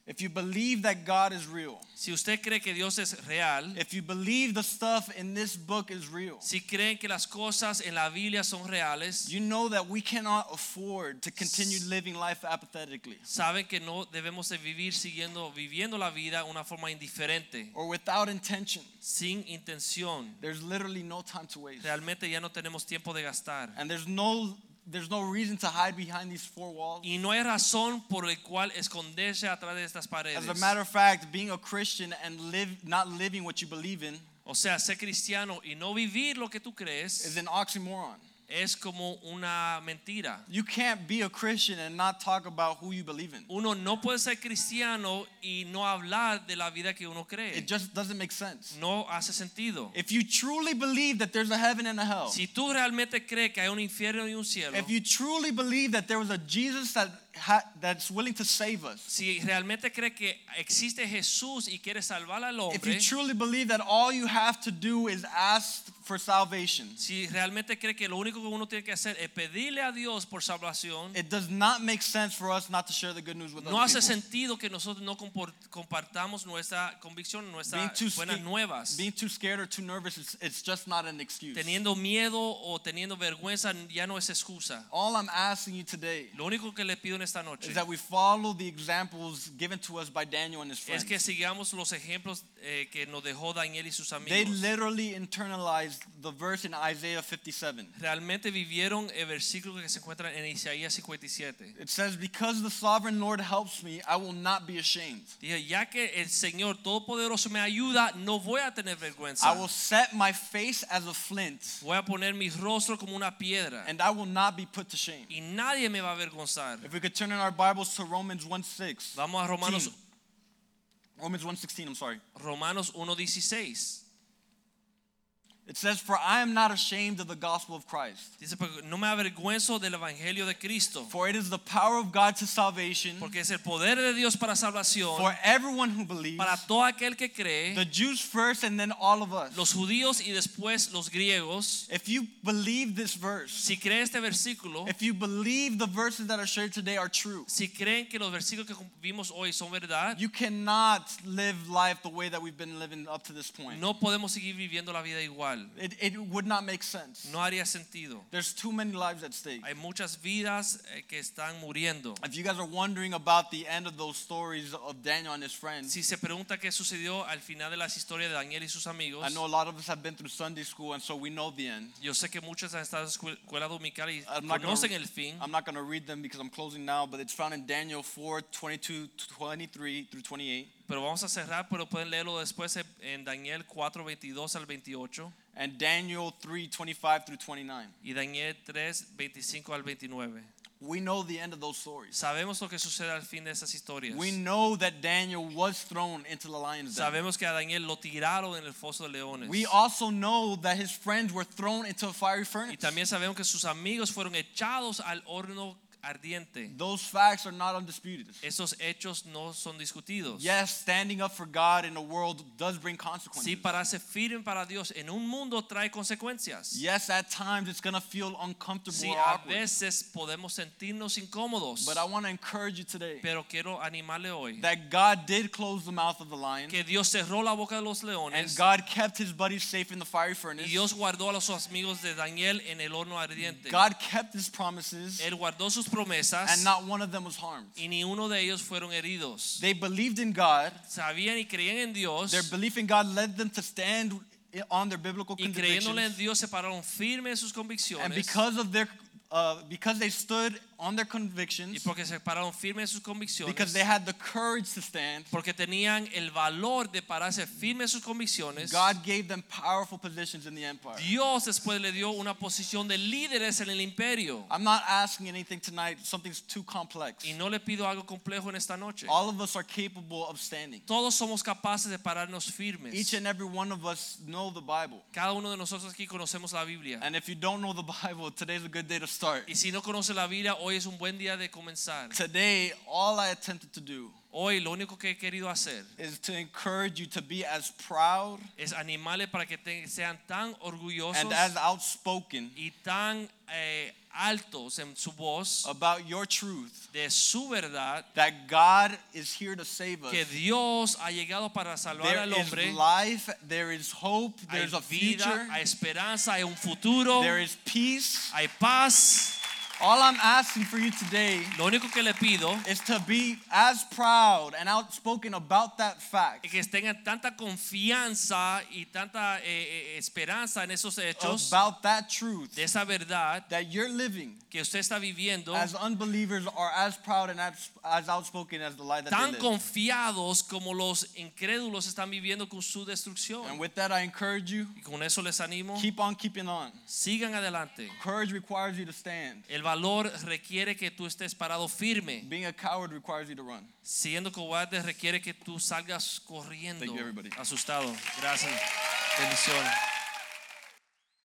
Speaker 1: If you believe that God is real,
Speaker 2: Si usted cree que Dios es real,
Speaker 1: if you believe the stuff in this book is real,
Speaker 2: si creen que las cosas en la Biblia son reales,
Speaker 1: you know that we cannot afford to continue living life apathetically
Speaker 2: saben que no debemos de vivir siguiendo viviendo la vida de una forma indiferente,
Speaker 1: or without intention.
Speaker 2: sin intención.
Speaker 1: There's literally no time to waste.
Speaker 2: Realmente ya no tenemos tiempo de gastar.
Speaker 1: And there's no there's no reason to hide behind these four walls.
Speaker 2: Y no hay razón por el cual esconderse atrás de estas paredes.
Speaker 1: As a matter of fact, being a Christian and live not living what you believe in
Speaker 2: O sea, ser cristiano y no vivir lo que tú
Speaker 1: is
Speaker 2: crees
Speaker 1: an oxymoron.
Speaker 2: es como una mentira.
Speaker 1: You can't be a Christian and not talk about who you believe in.
Speaker 2: Uno no puede ser cristiano y no hablar de la vida que uno cree.
Speaker 1: It just doesn't make sense.
Speaker 2: No hace sentido.
Speaker 1: If you truly believe that there's a heaven and a hell,
Speaker 2: Si tú realmente crees que hay un infierno y un cielo,
Speaker 1: if you truly believe that there was a Jesus that ha- that's willing to save us,
Speaker 2: si realmente crees que existe Jesús y quiere salvar al
Speaker 1: if you
Speaker 2: hombre,
Speaker 1: truly believe that all you have to do is ask for salvation,
Speaker 2: si realmente crees que lo único que uno tiene que hacer es pedirle a Dios por salvación,
Speaker 1: it does not make sense for us not to share the good news with
Speaker 2: no
Speaker 1: other
Speaker 2: hace
Speaker 1: people.
Speaker 2: sentido que nosotros no compor- compartamos nuestra convicción,
Speaker 1: Being
Speaker 2: nuestras
Speaker 1: too, sca-
Speaker 2: buenas nuevas.
Speaker 1: being too scared or too nervous, it's, it's just not an excuse.
Speaker 2: Teniendo miedo o teniendo vergüenza ya no es excusa.
Speaker 1: All I'm asking you today
Speaker 2: Lo único que le pido en esta noche
Speaker 1: is that we follow the examples given to us by Daniel and his
Speaker 2: es
Speaker 1: friends.
Speaker 2: que sigamos los ejemplos eh, que nos dejó Daniel y sus
Speaker 1: They
Speaker 2: amigos.
Speaker 1: literally internalized the verse in Isaiah 57.
Speaker 2: Realmente vivieron el versículo que se encuentra en Isaías 57.
Speaker 1: It says, Because the sovereign Lord helps me, I will not be ashamed.
Speaker 2: Dije, ya que el Señor Todopoderoso me ayuda, no voy a tener vergüenza.
Speaker 1: I will set my face as a flint,
Speaker 2: Voy a poner mi rostro como una piedra
Speaker 1: and I will not be put to shame.
Speaker 2: y nadie me va a avergonzar.
Speaker 1: If we could turn in our Bibles to Romans 1 6.
Speaker 2: Vamos a Romanos,
Speaker 1: Romans 1 16, I'm sorry.
Speaker 2: Romanos 1.16.
Speaker 1: It says, For I am not ashamed of the gospel of Christ,
Speaker 2: Dice, "Porque no me avergüenzo del Evangelio de Cristo,
Speaker 1: for it is the power of God to salvation
Speaker 2: porque es el poder de Dios para salvación,
Speaker 1: for everyone who believes,
Speaker 2: para todo aquel que cree,
Speaker 1: the Jews first and then all of us.
Speaker 2: los judíos y después los griegos.
Speaker 1: If you believe this verse,
Speaker 2: Si cree este versículo,
Speaker 1: if you believe the verses that are shared today are true,
Speaker 2: si creen que los versículos que vimos hoy son verdad,
Speaker 1: you cannot live life the way that we've been living up to this point.
Speaker 2: no podemos seguir viviendo la vida igual.
Speaker 1: It, it would not make sense.
Speaker 2: No haría sentido.
Speaker 1: There's too many lives at stake.
Speaker 2: Hay muchas vidas eh, que están muriendo.
Speaker 1: If you guys are wondering about the end of those stories of Daniel and his friends,
Speaker 2: Si se pregunta qué sucedió al final de las historias de Daniel y sus amigos,
Speaker 1: I know a lot of us have been through Sunday school, and so we know the end.
Speaker 2: yo sé que muchos han estado en escuel- escuela dominical y
Speaker 1: I'm not
Speaker 2: conocen
Speaker 1: gonna-
Speaker 2: el fin.
Speaker 1: I'm not going to read them because I'm closing now, but it's found in Daniel 4 22, 23 through 28.
Speaker 2: Pero vamos a cerrar, pero pueden leerlo después en- en Daniel 4, 22 al 28
Speaker 1: and Daniel 3 25 through 29.
Speaker 2: y Daniel 3, 25 al 29.
Speaker 1: We know the end of those stories.
Speaker 2: Sabemos lo que sucede al fin de esas historias.
Speaker 1: We know that Daniel was thrown into the lion's den.
Speaker 2: Sabemos que a Daniel lo tiraron en el foso de leones.
Speaker 1: We also know that his friends were thrown into a fiery
Speaker 2: Y
Speaker 1: furnace.
Speaker 2: también sabemos que sus amigos fueron echados al horno ardiente.
Speaker 1: Those facts are not undisputed.
Speaker 2: Esos hechos no son discutidos.
Speaker 1: Yes, standing up for God in the world does bring consequences.
Speaker 2: Sí, pararse firme para Dios en un mundo trae consecuencias.
Speaker 1: Yes, at times it's going to feel uncomfortable
Speaker 2: Sí,
Speaker 1: or
Speaker 2: a
Speaker 1: awkward.
Speaker 2: veces podemos sentirnos incómodos.
Speaker 1: But I want to encourage you today
Speaker 2: Pero quiero animarle hoy
Speaker 1: that God did close the mouth of the lion
Speaker 2: que Dios cerró la boca de los
Speaker 1: and
Speaker 2: leones
Speaker 1: God kept his buddies safe in the fiery
Speaker 2: y
Speaker 1: furnace.
Speaker 2: Dios guardó a los amigos de Daniel en el horno ardiente.
Speaker 1: God kept his promises
Speaker 2: Él guardó sus
Speaker 1: and
Speaker 2: promesas
Speaker 1: not one of them was harmed.
Speaker 2: y ni uno de ellos fueron heridos.
Speaker 1: They believed in God.
Speaker 2: Sabían y creían en Dios
Speaker 1: Their belief in God led them to stand on their biblical
Speaker 2: y creyéndole en
Speaker 1: convictions.
Speaker 2: Dios se pararon firmes en sus
Speaker 1: And
Speaker 2: convicciones.
Speaker 1: because of their uh, because they stood on their
Speaker 2: Y
Speaker 1: convictions,
Speaker 2: porque se pararon firmes en sus convicciones.
Speaker 1: because they had the courage to stand,
Speaker 2: Porque tenían el valor de pararse firmes en sus convicciones.
Speaker 1: God gave them powerful positions in the empire.
Speaker 2: Dios después le dio una posición de líderes en el imperio.
Speaker 1: I'm not asking anything tonight. Something's too complex.
Speaker 2: Y no le pido algo complejo en esta noche.
Speaker 1: All of us are capable of standing.
Speaker 2: Todos somos capaces de pararnos
Speaker 1: Each
Speaker 2: firmes.
Speaker 1: and every one of us know the Bible.
Speaker 2: Cada uno de nosotros aquí conocemos la Biblia.
Speaker 1: And if you don't know the Bible, today's a good day to start.
Speaker 2: Y si no conoce la Biblia, hoy es un buen día de comenzar.
Speaker 1: Today, all I attempted to do
Speaker 2: Hoy lo único que he querido hacer
Speaker 1: is to encourage you to be as proud
Speaker 2: es animarle para que te- sean tan orgullosos
Speaker 1: and as outspoken
Speaker 2: y tan eh, altos en su voz
Speaker 1: about your truth
Speaker 2: de su verdad
Speaker 1: that God is here to save us.
Speaker 2: que Dios ha llegado para salvar
Speaker 1: There
Speaker 2: al
Speaker 1: is
Speaker 2: hombre.
Speaker 1: life, there is hope,
Speaker 2: Hay
Speaker 1: there's a
Speaker 2: vida,
Speaker 1: future,
Speaker 2: hay esperanza, hay un futuro,
Speaker 1: there is peace.
Speaker 2: hay paz.
Speaker 1: All I'm asking for you today
Speaker 2: Lo único que le pido
Speaker 1: is to be as proud and outspoken about that
Speaker 2: Y
Speaker 1: fact
Speaker 2: que tengan tanta confianza y tanta eh, eh, esperanza en esos hechos
Speaker 1: about that truth
Speaker 2: de esa verdad
Speaker 1: that you're living
Speaker 2: que usted está viviendo
Speaker 1: as unbelievers are as proud and as, as outspoken as the lie that
Speaker 2: tan
Speaker 1: they live.
Speaker 2: confiados como los incrédulos están viviendo con su
Speaker 1: And
Speaker 2: destrucción
Speaker 1: with that, I encourage you,
Speaker 2: y con eso les animo
Speaker 1: keep on keeping on.
Speaker 2: sigan adelante
Speaker 1: Courage requires you to stand.
Speaker 2: el valor requiere que tú estés parado firme
Speaker 1: Being a coward requires you to run.
Speaker 2: siendo cobarde requiere que tú salgas corriendo
Speaker 1: Thank you, everybody.
Speaker 2: asustado gracias bendiciones